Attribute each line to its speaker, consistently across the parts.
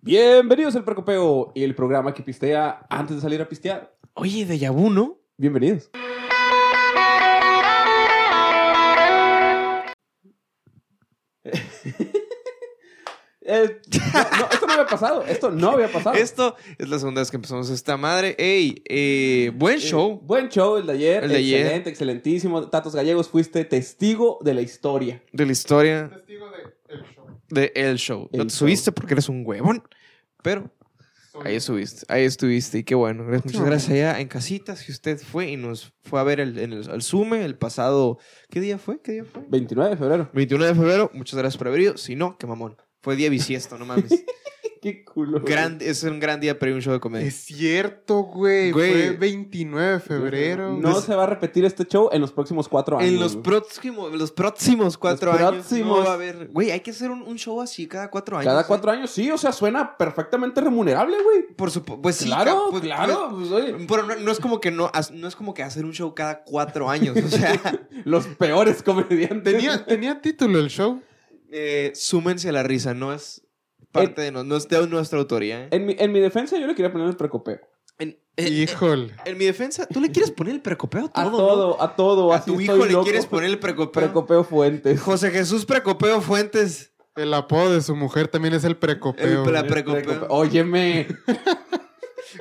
Speaker 1: Bienvenidos al Percopeo, el programa que pistea antes de salir a pistear.
Speaker 2: Oye, de Yabu, ¿no?
Speaker 1: Bienvenidos. Eh, no, no, esto no había pasado. Esto no había pasado.
Speaker 2: Esto es la segunda vez que empezamos esta madre. Ey, eh, buen
Speaker 1: Eh,
Speaker 2: show.
Speaker 1: buen show el de ayer.
Speaker 2: El de ayer.
Speaker 1: Excelente, excelentísimo. Tatos Gallegos, fuiste testigo de la historia.
Speaker 2: de la historia
Speaker 3: testigo de el show.
Speaker 2: de El Show.
Speaker 1: El
Speaker 2: no te
Speaker 1: show.
Speaker 2: subiste porque eres un huevón, pero
Speaker 3: Soy-
Speaker 2: ahí subiste, ahí estuviste y qué bueno. Gracias, muchas gracias allá en casitas que usted fue y nos fue a ver el, en el, al Sume el pasado... ¿Qué día fue? ¿Qué día fue?
Speaker 1: 29 de febrero.
Speaker 2: 21 de febrero. Muchas gracias por haber ido. Si no, qué mamón. Fue día bisiesto, no mames.
Speaker 1: Qué culo. güey.
Speaker 2: Gran- es un gran día para ir a un show de comedia.
Speaker 3: Es cierto, güey.
Speaker 2: Güey.
Speaker 3: Fue 29 de febrero. Pues,
Speaker 1: No se va a repetir este show en los próximos cuatro años.
Speaker 2: Pues En los
Speaker 1: güey.
Speaker 2: próximos, los próximos cuatro
Speaker 1: Los
Speaker 2: años
Speaker 1: próximos.
Speaker 2: no va a haber. Güey, hay que hacer un, un show así cada cuatro años.
Speaker 1: Cada
Speaker 2: ¿eh?
Speaker 1: cuatro años, sí. O sea, suena perfectamente remunerable, güey.
Speaker 2: Por supuesto. Pues sí,
Speaker 1: claro,
Speaker 2: ca- pues,
Speaker 1: claro. pues, oye,
Speaker 2: pues, pero no, no es como que no, as- no es como que hacer un show cada cuatro años. O sea,
Speaker 1: los peores comediantes.
Speaker 3: Tenía, tenía título el show.
Speaker 2: eh, súmense a la risa, no es parte de, no, no es de nuestra autoría. ¿eh?
Speaker 1: En mi, en mi defensa, yo le quería poner el precopeo.
Speaker 2: En, eh,
Speaker 3: Híjole.
Speaker 2: en mi defensa, tú le quieres poner el precopeo a
Speaker 1: A
Speaker 2: todo, ¿no?
Speaker 1: todo, a todo.
Speaker 2: A
Speaker 1: así
Speaker 2: tu hijo
Speaker 1: estoy
Speaker 2: le
Speaker 1: loco.
Speaker 2: quieres poner el precopeo.
Speaker 1: precopeo fuentes.
Speaker 2: José Jesús Precopeo Fuentes.
Speaker 3: El apodo de su mujer también es el precopeo.
Speaker 1: eh,
Speaker 2: El- la
Speaker 3: güey.
Speaker 2: pre- Precopeo.
Speaker 1: Óyeme,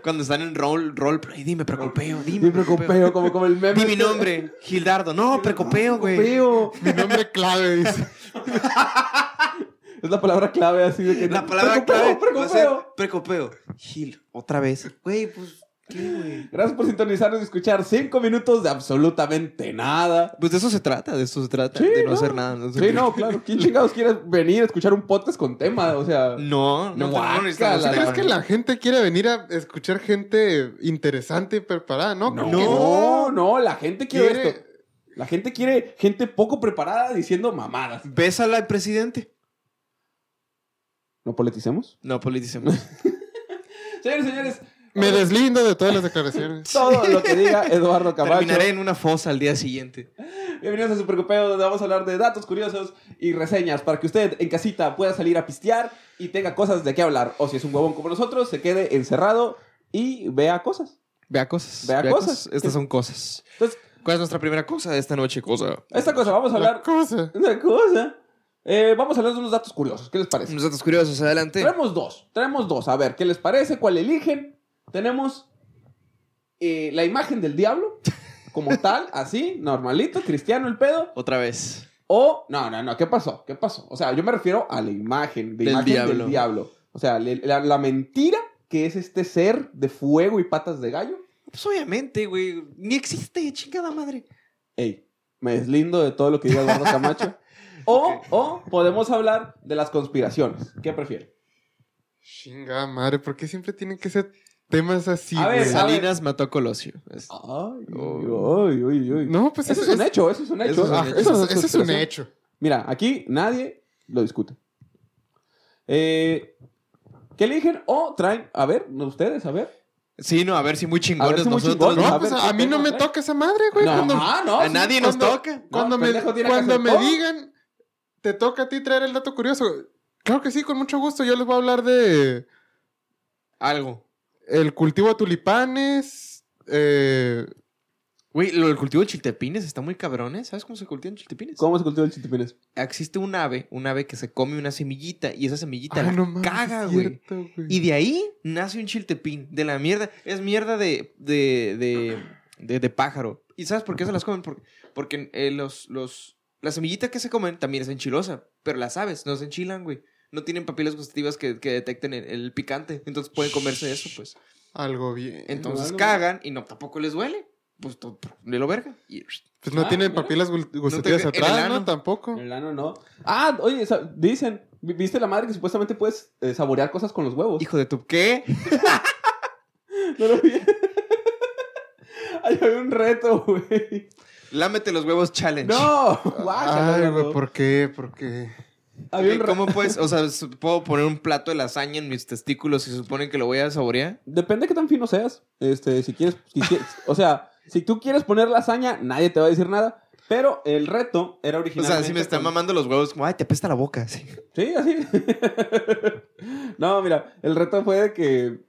Speaker 2: Cuando están en rol, roleplay, dime precopeo, dime
Speaker 1: mi precopeo, como, como el meme.
Speaker 2: Di mi
Speaker 1: este.
Speaker 2: nombre, Gildardo. No, precopeo, güey.
Speaker 1: Precopeo.
Speaker 3: Mi nombre clave dice.
Speaker 1: Es la palabra clave así de que.
Speaker 2: La palabra clave
Speaker 1: Precopeo,
Speaker 2: va a ser
Speaker 1: precopeo.
Speaker 2: precopeo. Gil, otra vez. Güey, pues, ¿qué, güey?
Speaker 1: Gracias por sintonizarnos y escuchar cinco minutos de absolutamente nada.
Speaker 2: Pues de eso se trata, de eso se trata,
Speaker 1: Sí,
Speaker 2: de no,
Speaker 1: no.
Speaker 2: hacer nada. No,
Speaker 1: Sí, no, claro. ¿Quién chingados quiere venir a escuchar un podcast con tema? O sea.
Speaker 2: No, no, no,
Speaker 1: guácala,
Speaker 2: necesitamos
Speaker 1: la-
Speaker 3: ¿Crees
Speaker 2: nada.
Speaker 3: que la gente quiere venir a escuchar gente interesante y preparada? No,
Speaker 1: No,
Speaker 3: creo que
Speaker 1: no, la gente quiere,
Speaker 3: Quiere-
Speaker 1: esto. La gente quiere gente poco preparada diciendo mamadas.
Speaker 2: Bésala al presidente.
Speaker 1: ¿No politicemos?
Speaker 2: No, pues politicemos.
Speaker 1: Señores, señores,
Speaker 3: Me deslindo de todas las declaraciones.
Speaker 1: todo lo que diga Eduardo Camacho.
Speaker 2: Terminaré en una fosa al día siguiente.
Speaker 1: Bienvenidos a Supercopeo, donde vamos a hablar de datos curiosos y reseñas para que usted en casita pueda salir a pistear y tenga cosas de qué hablar. O si es un huevón como nosotros, se quede encerrado y vea cosas.
Speaker 2: Vea cosas.
Speaker 1: Vea cosas.
Speaker 2: Estas son cosas.
Speaker 1: Entonces,
Speaker 2: ¿Cuál es nuestra primera cosa de esta noche? Cosa.
Speaker 1: esta cosa, vamos a
Speaker 3: La
Speaker 1: hablar
Speaker 3: cosa.
Speaker 1: de una cosa. Eh, vamos a hablar de unos datos curiosos. ¿Qué les parece?
Speaker 2: Unos datos curiosos, adelante.
Speaker 1: Tenemos dos, tenemos dos. A ver, ¿qué les parece? ¿Cuál eligen? Tenemos eh, la imagen del diablo, como tal, así, normalito, cristiano el pedo.
Speaker 2: Otra vez.
Speaker 1: O, no, no, no, ¿qué pasó? ¿Qué pasó? O sea, yo me refiero a la imagen, de
Speaker 2: Del
Speaker 1: imagen
Speaker 2: diablo.
Speaker 1: del diablo. O sea, le- la, la mentira que es este ser de fuego y patas de gallo.
Speaker 2: Pues obviamente, güey. Ni existe, chingada madre.
Speaker 1: Ey, me deslindo de todo lo que diga Eduardo Camacho. O, o podemos hablar de las conspiraciones. ¿Qué prefieren?
Speaker 3: Chinga madre, ¿por qué siempre tienen que ser temas así,
Speaker 1: A ver,
Speaker 3: güey?
Speaker 1: a-
Speaker 2: Salinas mató a Colosio. Es-
Speaker 1: Ay, ay, ay, ay.
Speaker 3: No, pues
Speaker 1: Eso es
Speaker 3: eso
Speaker 1: un hecho, eso es un hecho.
Speaker 2: eso es un
Speaker 3: Ah,
Speaker 1: Ajá,
Speaker 2: hecho.
Speaker 3: eso
Speaker 1: no
Speaker 3: es- eso es un
Speaker 1: conspiración.
Speaker 3: hecho.
Speaker 1: Mira, aquí nadie lo discute. Eh, ¿Qué eligen? O traen, a ver, ustedes, a ver.
Speaker 2: Sí, no, a ver si muy
Speaker 1: A ver
Speaker 2: chingones
Speaker 1: si muy
Speaker 2: nosotros.
Speaker 1: chingones.
Speaker 2: ¿no?
Speaker 3: No,
Speaker 1: A
Speaker 3: pues
Speaker 1: ver,
Speaker 3: a, a
Speaker 1: ¿qué
Speaker 3: mí no
Speaker 1: tengo
Speaker 3: me
Speaker 1: acá?
Speaker 3: toca esa madre, güey.
Speaker 1: No,
Speaker 3: cuando
Speaker 1: ah, no.
Speaker 2: a
Speaker 1: sí,
Speaker 2: nadie nos
Speaker 1: cuando-
Speaker 2: toca.
Speaker 1: No,
Speaker 3: cuando me,
Speaker 1: pendejo, tiene que
Speaker 3: cuando
Speaker 1: hacer
Speaker 3: me
Speaker 1: todo.
Speaker 3: digan, te toca a ti traer el dato curioso. Claro que sí, con mucho gusto. Yo les voy a hablar de
Speaker 2: Algo.
Speaker 3: el cultivo de tulipanes. eh,
Speaker 2: Güey, lo del cultivo de chiltepines está muy cabrón, ¿eh? ¿Sabes cómo se cultivan chiltepines?
Speaker 1: ¿Cómo se cultiva el chiltepines?
Speaker 2: Existe un ave, un ave que se come una semillita y esa semillita
Speaker 3: ah,
Speaker 2: la
Speaker 3: no mames,
Speaker 2: caga,
Speaker 3: es
Speaker 2: güey.
Speaker 3: cierto, güey.
Speaker 2: Y de ahí nace un chiltepín, de la mierda. Es mierda de, de, de, de- de pájaro. ¿Y sabes por qué se las comen? Por- Porque, eh, los, los, la semillita que se comen también es enchilosa, pero las aves no se enchilan, güey. No tienen papilas gustativas que, que detecten el, el picante, entonces pueden comerse eso, pues.
Speaker 3: Algo bien.
Speaker 2: Entonces
Speaker 1: Bueno.
Speaker 2: cagan y no tampoco les duele. Pues to- de lo verga. Y-
Speaker 3: pues no
Speaker 1: Ah,
Speaker 3: tienen
Speaker 1: mira.
Speaker 3: papilas gu- gustativas
Speaker 2: en el
Speaker 3: atrás,
Speaker 2: ano.
Speaker 3: ¿no? Tampoco.
Speaker 1: El ano no. Ah, oye, sa- dicen, vi- ¿viste la madre que supuestamente puedes eh, saborear cosas con los huevos?
Speaker 2: Hijo de tu qué?
Speaker 1: No lo vi. Ahí había un reto, güey.
Speaker 2: Lámete los huevos challenge.
Speaker 1: No, guácala,
Speaker 3: Ay, güey,
Speaker 1: no.
Speaker 3: ¿por qué? ¿Por qué?
Speaker 1: Había un
Speaker 2: Eh,
Speaker 1: re-
Speaker 2: ¿Cómo puedes? O sea, su- puedo poner un plato de lasaña en mis testículos y se supone que lo voy a saborear.
Speaker 1: Depende de qué tan fino seas. Este, si quieres, si quieres- o sea, si tú quieres poner lasaña, nadie te va a decir nada. Pero el reto era
Speaker 2: O
Speaker 1: originalmente...
Speaker 2: sea, si me están
Speaker 1: con-
Speaker 2: mamando los huevos, como, ay, te apesta la boca. así.
Speaker 1: Sí, así. no, mira, el reto fue de que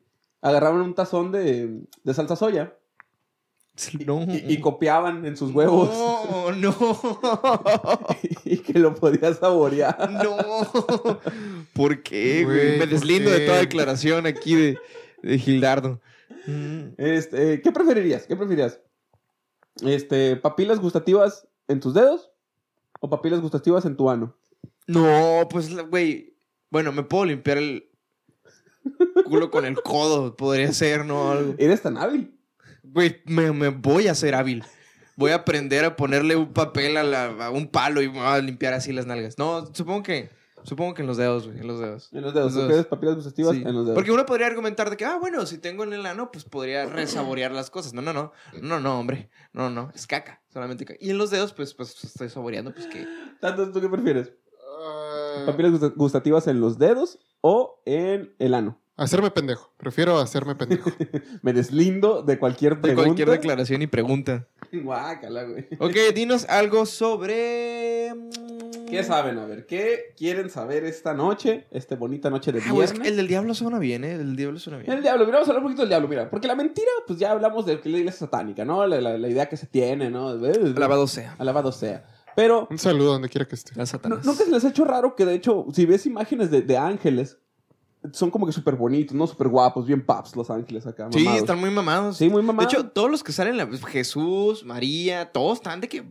Speaker 1: agarraban un tazón de, de salsa soya
Speaker 2: No.
Speaker 1: y, y copiaban en sus huevos
Speaker 2: No, no.
Speaker 1: y que lo podías saborear.
Speaker 2: No. ¿Por qué, güey?
Speaker 3: Güey,
Speaker 2: Me
Speaker 3: ¿por
Speaker 2: deslindo de
Speaker 3: qué?
Speaker 2: toda declaración aquí de, de Gildardo. Mm.
Speaker 1: Este, eh, ¿Qué preferirías? ¿Qué preferirías? Este, ¿Papilas gustativas en tus dedos o papilas gustativas en tu ano?
Speaker 2: No, pues, la- güey. Bueno, me puedo limpiar el culo con el codo. Podría ser, ¿no? Algo.
Speaker 1: Eres tan hábil.
Speaker 2: Güey, me, me voy a ser hábil. Voy a aprender a ponerle un papel a, la- a un palo y me voy a limpiar así las nalgas. No, supongo que, supongo que en los dedos, güey. En los dedos.
Speaker 1: En los dedos.
Speaker 2: Los
Speaker 1: ¿Prefieres papilas gustativas
Speaker 2: Sí.
Speaker 1: en los dedos?
Speaker 2: Porque uno podría argumentar de que, ah, bueno, si tengo en el ano, pues podría resaborear las cosas. No, no, no. No, no, hombre. No, no. Es caca. Solamente caca. Y en los dedos, pues, pues estoy saboreando, pues que.
Speaker 1: Tantos, ¿tú qué prefieres?
Speaker 2: Mm.
Speaker 3: Ah,
Speaker 1: ¿Papilas gusta- gustativas en los dedos o en el ano?
Speaker 3: hacerme pendejo. Prefiero hacerme pendejo.
Speaker 1: Me deslindo de cualquier
Speaker 2: De
Speaker 1: pregunta.
Speaker 2: cualquier declaración y pregunta.
Speaker 1: Guácala, güey.
Speaker 2: Ok, dinos algo sobre. mm,
Speaker 1: ¿Qué saben? A ver, ¿qué quieren saber esta noche? Esta bonita noche de
Speaker 2: Ah, güey, es
Speaker 1: viernes.
Speaker 2: que el del diablo suena bien, ¿eh? El del diablo suena bien.
Speaker 1: El diablo, mira, vamos a hablar un poquito del diablo, mira. Porque la mentira, pues ya hablamos de que la iglesia satánica, ¿no? La, la- la idea que se tiene, ¿no?
Speaker 2: Alabado sea.
Speaker 1: Alabado sea. Pero,
Speaker 3: Un saludo donde quiera que esté.
Speaker 2: La
Speaker 1: ¿no-
Speaker 2: Satanás.
Speaker 1: ¿nunca se les ha hecho raro que, de hecho, si ves imágenes de, de ángeles, son como que súper bonitos, ¿no? Súper guapos, bien paps los ángeles acá,
Speaker 2: Sí,
Speaker 1: mamados.
Speaker 2: están muy mamados.
Speaker 1: Sí, muy
Speaker 2: De
Speaker 1: mamados.
Speaker 2: hecho, todos los que salen, la- Jesús, María, todos están de que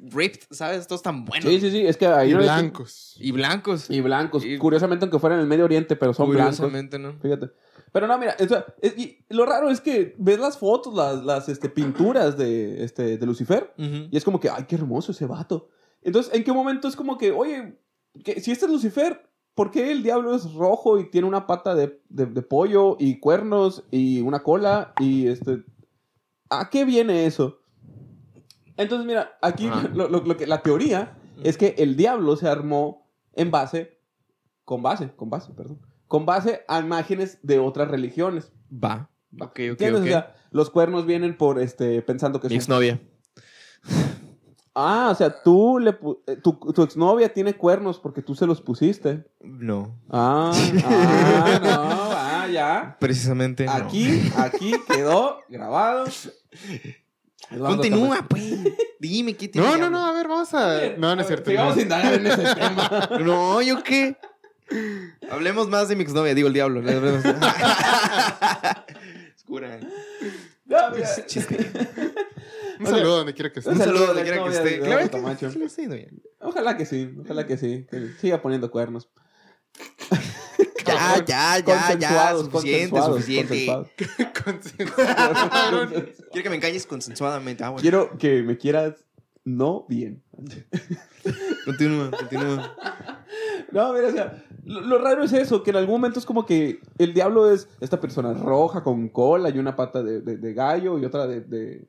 Speaker 2: ripped, ¿sabes? Todos están buenos.
Speaker 1: sí, sí, sí, es que ahí...
Speaker 3: Y
Speaker 1: no le-
Speaker 3: blancos.
Speaker 2: Y blancos.
Speaker 1: Y blancos.
Speaker 2: Y-
Speaker 1: Curiosamente, aunque fueran en el Medio Oriente, pero son blancos.
Speaker 2: Curiosamente, ¿no?
Speaker 1: Fíjate. Pero no, mira, o sea, es- y lo raro es que ves las fotos, las, las este, pinturas de, este, de Lucifer,
Speaker 2: Ujú.
Speaker 1: y es como que, ay, qué hermoso ese vato. Entonces, ¿en qué momento es como que, oye, que, si este es Lucifer, ¿por qué el diablo es rojo y tiene una pata de, de- de pollo y cuernos y una cola y este... ¿A qué viene eso? Entonces, mira, aquí
Speaker 2: Ajá.
Speaker 1: lo, lo- lo que, la teoría es que el diablo se armó en base, con base, con base, perdón, con base a imágenes de otras religiones.
Speaker 2: Va.
Speaker 1: Va.
Speaker 2: Ok, ok,
Speaker 1: ¿Entiendes?
Speaker 2: ok.
Speaker 1: O sea, los cuernos vienen por, este, pensando que
Speaker 2: Mi
Speaker 1: son
Speaker 2: exnovia.
Speaker 1: Ah, o sea, tú le pu- eh, tu, tu exnovia tiene cuernos porque tú se los pusiste.
Speaker 2: No.
Speaker 1: Ah, ah, no, ah, ya.
Speaker 2: Precisamente. no.
Speaker 1: Aquí, aquí quedó grabado. Eduardo
Speaker 2: Continúa, pues. Dime qué tiene.
Speaker 3: No, no,
Speaker 2: diablo?
Speaker 3: no, a ver, vamos a.
Speaker 1: Tamés.
Speaker 3: No, no
Speaker 1: A ver,
Speaker 3: es cierto.
Speaker 1: Sigamos
Speaker 3: no.
Speaker 1: indagando en ese tema.
Speaker 2: No, ¿yo qué? Hablemos más de mi exnovia, digo el diablo. Oscura.
Speaker 1: No, mira,
Speaker 3: Un
Speaker 1: Ok.
Speaker 3: saludo donde quiera que esté.
Speaker 2: pues, Un saludo
Speaker 1: a la
Speaker 2: donde quiera que
Speaker 1: exnovia
Speaker 2: esté.
Speaker 1: de
Speaker 2: Claro
Speaker 1: Eduardo
Speaker 2: que
Speaker 1: Camacho.
Speaker 2: sí, sí, doña.
Speaker 1: Ojalá que sí, ojalá que sí, que siga poniendo cuernos.
Speaker 2: Ya, ya, ya, ya.
Speaker 1: Consensuados,
Speaker 2: Suficiente,
Speaker 1: consensuados,
Speaker 2: suficiente.
Speaker 1: consensuados.
Speaker 3: Consensuado.
Speaker 2: Quiero que me engañes consensuadamente. Ah, bueno.
Speaker 1: Quiero que me quieras no bien.
Speaker 2: Continúa, continúa.
Speaker 1: No, mira, o sea, lo, lo raro es eso, que en algún momento es como que el diablo es esta persona roja con cola y una pata de, de- de gallo y otra de, de-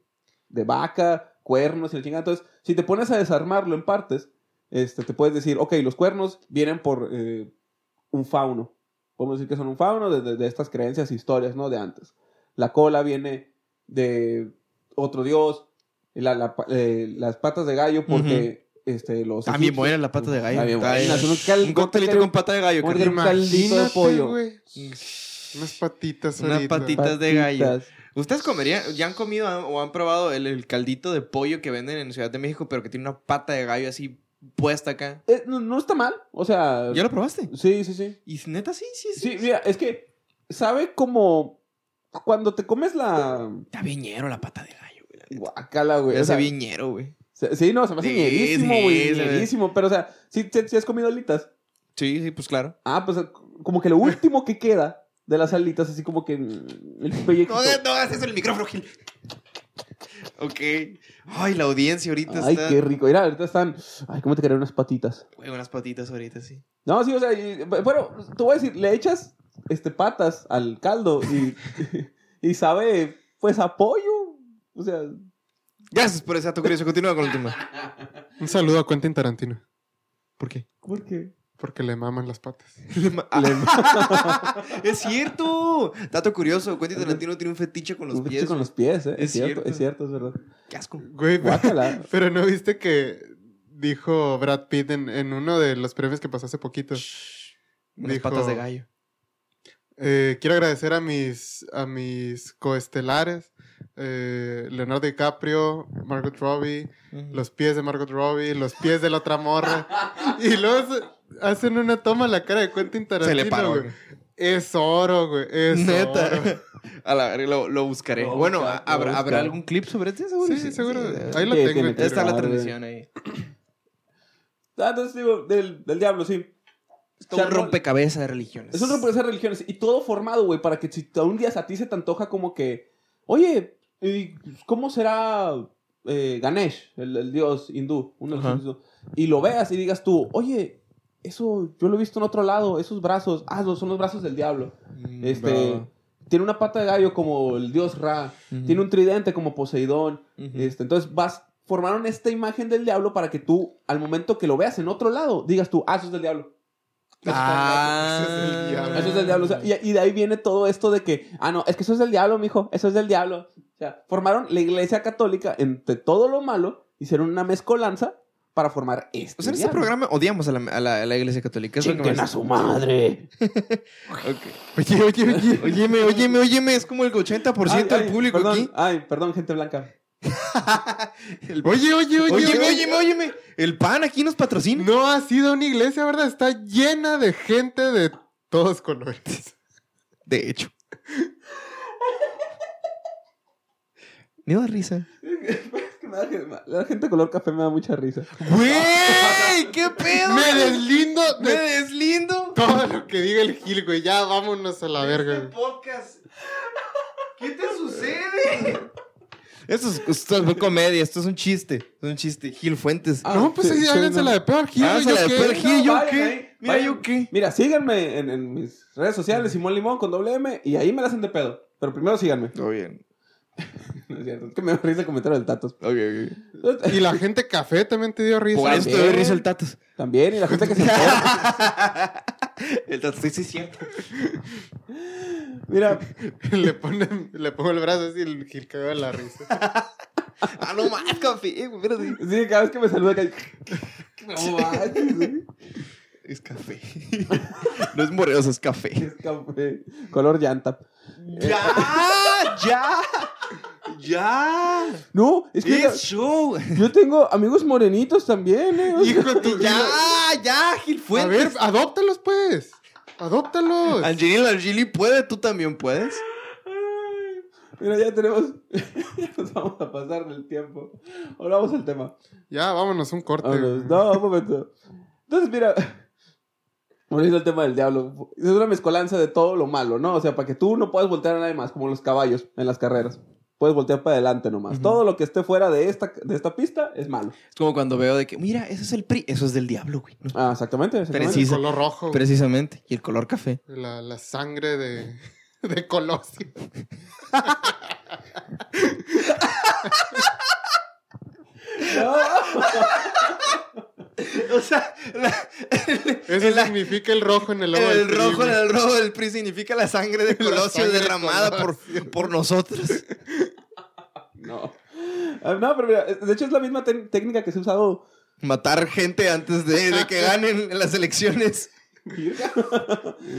Speaker 1: de vaca, cuernos y el chingada. Entonces, si te pones a desarmarlo en partes, este, te puedes decir, ok, los cuernos vienen por eh, un fauno. Podemos decir que son un fauno de, de- de estas creencias e historias, ¿no? De antes. La cola viene de otro dios. La- la pa- eh, las patas de gallo porque este, los...
Speaker 2: También
Speaker 1: egipcios-
Speaker 2: buena la pata de gallo.
Speaker 1: Está bien
Speaker 2: Está
Speaker 1: buena.
Speaker 2: bien.
Speaker 1: Un cal-
Speaker 2: Un coctelito con pata de gallo.
Speaker 1: Un
Speaker 2: carnal.
Speaker 1: caldito de pollo.
Speaker 3: güey. Unas patitas
Speaker 2: Unas
Speaker 3: ahorita.
Speaker 2: patitas. de gallo. ¿Ustedes comerían, ya han comido han- o han probado el, el caldito de pollo que venden en Ciudad de México, pero que tiene una pata de gallo así puesta acá?
Speaker 1: Eh, no, no está mal, o sea...
Speaker 2: ¿Ya lo probaste?
Speaker 1: Sí, sí, sí.
Speaker 2: Y neta, sí, sí, sí.
Speaker 1: Sí, mira, es que sabe como cuando te comes la
Speaker 2: Está viñero la pata de gallo, güey. la neta.
Speaker 1: guacala, güey.
Speaker 2: Ya
Speaker 1: o
Speaker 2: se
Speaker 1: sea,
Speaker 2: viñero, güey.
Speaker 1: se- sí, no, se me hace
Speaker 2: Sí,
Speaker 1: ñerísimo,
Speaker 2: sí,
Speaker 1: güey,
Speaker 2: se ve.
Speaker 1: ñerísimo. Pero, o sea, si, si, si has comido alitas,
Speaker 2: Sí, sí, pues claro.
Speaker 1: ah, pues como que lo último que queda de las alitas, así como que mm, el pellequito.
Speaker 2: No, hagas- no hagas eso en el micrófono, Gil. Ok. Ay, la audiencia ahorita
Speaker 1: Ay,
Speaker 2: está.
Speaker 1: qué rico. Mira, ahorita están. Ay, cómo te quedaron unas patitas.
Speaker 2: Güey, unas patitas ahorita, sí.
Speaker 1: No, sí, o sea, y- bueno, te voy a decir, le echas este, patas al caldo y, y sabe, pues, a pollo. O sea,
Speaker 2: Gracias por ese dato curioso. Continúa con el tema.
Speaker 3: Un saludo a Quentin Tarantino.
Speaker 2: ¿Por qué?
Speaker 1: ¿por qué?
Speaker 3: Porque le maman las patas.
Speaker 2: Le ma- Ah. es cierto. Dato curioso, Quentin Tarantino tiene un fetiche con los
Speaker 1: Un
Speaker 2: pies.
Speaker 1: bicho con los pies, ¿eh?
Speaker 2: Es
Speaker 1: Es, cierto,
Speaker 2: cierto.
Speaker 1: es cierto, es verdad.
Speaker 2: Qué asco.
Speaker 3: Güey, pero-
Speaker 1: Guácala.
Speaker 3: pero ¿no viste que dijo Brad Pitt en, en uno de los premios que pasó hace poquito?
Speaker 2: Unas
Speaker 3: Dijo-
Speaker 2: patas de gallo.
Speaker 3: Eh, quiero agradecer a mis, a mis coestelares, eh, Leonardo DiCaprio, Margot Robbie, los pies de Margot Robbie, los pies de la otra morra. y luego se- hacen una toma a la cara de Quentin
Speaker 2: Se
Speaker 3: Tarantino,
Speaker 2: le paró.
Speaker 3: güey. Es oro, güey. Es oro.
Speaker 2: Neta. A la verga, lo, lo buscaré.
Speaker 1: Lo
Speaker 2: bueno,
Speaker 1: busca-
Speaker 2: a-
Speaker 1: lo
Speaker 2: ¿habrá,
Speaker 1: busca.
Speaker 2: ¿habrá algún clip sobre este? Seguro.
Speaker 3: Sí, seguro.
Speaker 2: sí.
Speaker 3: Ahí lo
Speaker 1: Sí, tiene
Speaker 3: tengo. en
Speaker 1: que
Speaker 3: Twitter.
Speaker 2: Está
Speaker 1: Claro,
Speaker 2: la
Speaker 1: güey.
Speaker 2: transmisión ahí.
Speaker 1: Ah, entonces digo, del, del diablo, sí.
Speaker 2: Es un
Speaker 1: Charro-
Speaker 2: rompecabezas de religiones.
Speaker 1: Es un rompecabezas de religiones. Y todo formado, güey, para que si t- un día a ti se te antoja como que, oye, ¿y ¿cómo será eh, Ganesh, el, el dios hindú? uno de los
Speaker 2: Ajá.
Speaker 1: hindú? Y lo veas y digas tú, oye, eso yo lo he visto en otro lado, esos brazos, ah, no, son los brazos del diablo.
Speaker 2: Mm,
Speaker 1: Este,
Speaker 2: bravo.
Speaker 1: tiene una pata de gallo como el dios Ra,
Speaker 2: Ujú.
Speaker 1: tiene un tridente como Poseidón.
Speaker 2: Mm. Ujú.
Speaker 1: este, entonces vas, formaron esta imagen del diablo para que tú, al momento que lo veas en otro lado, digas tú, ah, eso es del diablo.
Speaker 2: Ah.
Speaker 3: Eso es del diablo.
Speaker 1: Eso es del diablo. o sea, y, y de ahí viene todo esto de que, ah, no, es que eso es del diablo, mijo, eso es del diablo. O sea, formaron la iglesia católica entre todo lo malo, hicieron una mezcolanza para formar esto.
Speaker 2: O sea, en este programa odiamos a la, a la- a la iglesia católica. Es lo que
Speaker 1: Chinguen
Speaker 2: más-
Speaker 1: a su madre.
Speaker 2: Ok. Oye, oye, oye, óyeme, óyeme, óyeme. Es como el 80%
Speaker 1: Ay,
Speaker 2: del
Speaker 1: ay,
Speaker 2: público
Speaker 1: perdón,
Speaker 2: aquí.
Speaker 1: Ay, perdón, gente blanca.
Speaker 2: El-
Speaker 3: Oye, oye, oye,
Speaker 2: Óyeme,
Speaker 3: oye.
Speaker 2: óyeme, óyeme. El pan aquí nos patrocina.
Speaker 3: No ha sido una iglesia, ¿verdad? Está llena de gente de todos colores.
Speaker 2: De hecho. Me da risa.
Speaker 1: Es que me da que- La gente de color café me da mucha risa.
Speaker 2: ¡Güey! ¿Qué pedo?
Speaker 3: Me deslindo
Speaker 2: Me
Speaker 3: de
Speaker 2: deslindo.
Speaker 3: todo lo que diga el Gil, güey. Ya vámonos a la verga. güey.
Speaker 2: Este podcast. ¿Qué te sucede? Esto es, esto es comedia, esto es un chiste. Es un chiste. Gil Fuentes.
Speaker 1: Ah,
Speaker 3: no, pues
Speaker 1: sí,
Speaker 3: ahí
Speaker 1: sí,
Speaker 3: háganse
Speaker 1: no.
Speaker 3: la de peor, Gil.
Speaker 2: Ah, se la
Speaker 3: ¿yo
Speaker 2: de
Speaker 3: qué?
Speaker 2: peor, Gil. ¿Y yo
Speaker 1: vayan
Speaker 2: qué?
Speaker 1: ahí,
Speaker 2: Mira,
Speaker 1: vayan.
Speaker 2: ¿yo qué?
Speaker 1: Mira, síganme en, en mis redes sociales, Simón Limón con doble M, y ahí me la hacen de pedo. Pero primero síganme.
Speaker 2: Todo bien.
Speaker 1: No es cierto, es que me da risa el comentario del Tatos.
Speaker 2: Ok, ok.
Speaker 3: Y la gente café también te dio risa. Ah,
Speaker 2: Por eso te doy
Speaker 1: También.
Speaker 2: risa el Tatos.
Speaker 1: También, y la gente que se entera.
Speaker 2: El Tatos, sí, sí, es cierto.
Speaker 1: Mira,
Speaker 3: le, ponen, le pongo el brazo así y el Gil cagó de la risa.
Speaker 2: Ah, no más, café. güey, espérate.
Speaker 1: sí, cada vez que me saluda, que... No manches, güey.
Speaker 2: Es café. No es moreoso, es café.
Speaker 1: Es café, color llanta.
Speaker 2: ¡Ya! ¡Ya! ¡Ya!
Speaker 1: No, es que
Speaker 2: ¡Es show!
Speaker 1: yo, yo tengo amigos morenitos también, eh. o sea,
Speaker 3: Hijo tu
Speaker 2: ¡Ya! ¡Ya, Gil
Speaker 3: A ver,
Speaker 2: Fuentes!
Speaker 3: adóptalos, pues. Adóptalos.
Speaker 2: Angelina Angeli puede, tú también puedes.
Speaker 1: Mira, ya tenemos... ya nos vamos a pasar del tiempo. Ahora vamos al tema.
Speaker 3: Ya, vámonos, un corte.
Speaker 1: Vámonos. No, un momento. Entonces, mira... Volviendo al tema del diablo. Es una mezcolanza de todo lo malo, ¿no? O sea, para que tú no puedas voltear a nadie más, como los caballos en las carreras. Puedes voltear para adelante nomás.
Speaker 2: Ujú.
Speaker 1: Todo lo que esté fuera de esta, de esta pista es malo.
Speaker 2: Es como cuando veo de que, mira, ese es el PRI. Eso es del diablo, güey. No,
Speaker 1: Ah, exactamente.
Speaker 3: El
Speaker 1: exactamente.
Speaker 2: sí, Precisa.
Speaker 3: color rojo. güey.
Speaker 2: Precisamente. Y el color café.
Speaker 3: La, la sangre de, de Colosio.
Speaker 2: O sea,
Speaker 3: Eso significa el rojo en el logo del
Speaker 2: el
Speaker 3: PRI,
Speaker 2: rojo en
Speaker 3: güey.
Speaker 2: el rojo del PRI significa la sangre de Colosio
Speaker 3: sangre de
Speaker 2: derramada por, por nosotros.
Speaker 1: No. Ah, No, pero mira, de hecho es la misma tec- técnica que se ha usado.
Speaker 2: Matar gente antes de, de que ganen las elecciones.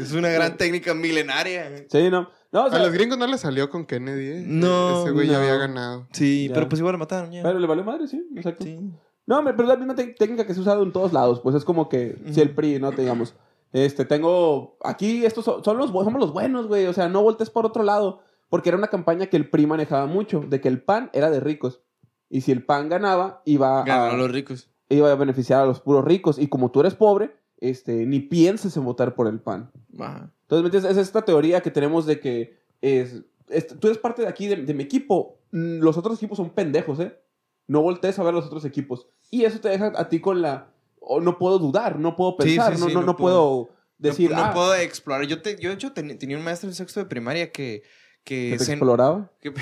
Speaker 2: Es una gran técnica milenaria.
Speaker 1: Sí, no. No, o
Speaker 3: A
Speaker 1: sea,
Speaker 3: los gringos no le salió con Kennedy, ¿eh?
Speaker 2: No,
Speaker 3: Ese güey ya
Speaker 1: no.
Speaker 3: había ganado.
Speaker 2: Sí,
Speaker 1: Ya.
Speaker 2: pero pues igual lo mataron ya.
Speaker 1: pero le valió madre, sí, exacto.
Speaker 2: Sí.
Speaker 1: No, hombre, pero es la misma tec- técnica que se ha usado en todos lados. Pues es como que si el PRI, ¿no? Te digamos, este, tengo. Aquí estos son, son los, bu- somos los buenos, güey. O sea, no voltees por otro lado. Porque era una campaña que el PRI manejaba mucho, de que el PAN era de ricos. Y si el PAN ganaba, iba a.
Speaker 3: Ah,
Speaker 2: Ganaron los ricos.
Speaker 1: iba a beneficiar a los puros ricos. Y como tú eres pobre, este, ni pienses en votar por el PAN.
Speaker 2: Ajá.
Speaker 1: Entonces, ¿me entiendes? Es esta teoría que tenemos de que es, es- tú eres parte de aquí, de, de mi equipo. Mm, Los otros equipos son pendejos, ¿eh? No voltees a ver los otros equipos. Y eso te deja a ti con la... o no puedo dudar, no puedo
Speaker 2: Sí,
Speaker 1: pensar,
Speaker 2: sí,
Speaker 1: no,
Speaker 2: sí,
Speaker 1: no,
Speaker 2: no
Speaker 1: no puedo
Speaker 2: No-
Speaker 1: decir...
Speaker 2: no,
Speaker 1: ah,
Speaker 2: puedo explorar. Yo, te- yo de hecho, ten- tenía un maestro en sexto de primaria que...
Speaker 1: que
Speaker 2: Que
Speaker 1: te
Speaker 2: se-
Speaker 1: exploraba.
Speaker 2: que-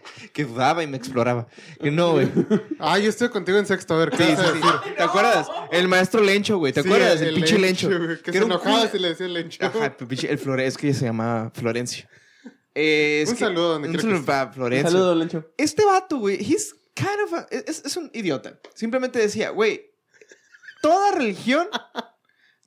Speaker 2: que dudaba y me exploraba. Que no, güey.
Speaker 3: Ah, yo estoy contigo en sexto, a ver, ¿qué
Speaker 2: Sí,
Speaker 3: vas a
Speaker 2: sí,
Speaker 3: decir?
Speaker 2: sí. ¿Te acuerdas? El maestro Lencho, güey. ¿Te
Speaker 3: Sí,
Speaker 2: acuerdas? El, pinche Lencho.
Speaker 3: güey, Que,
Speaker 2: Que
Speaker 3: se
Speaker 2: era un
Speaker 3: enojaba
Speaker 2: culo.
Speaker 3: si le decía Lencho.
Speaker 2: Ajá, el pinche- el Flore- es que se llamaba Florencio. Eh, es
Speaker 3: Un
Speaker 2: que-
Speaker 3: saludo donde
Speaker 2: un
Speaker 3: quiera que
Speaker 2: saludo
Speaker 3: esté.
Speaker 2: para Florencio.
Speaker 1: Saludos, Lencho.
Speaker 2: Este vato, güey, he's kind of a- e-, es, es un idiota. Simplemente decía, güey, toda religión,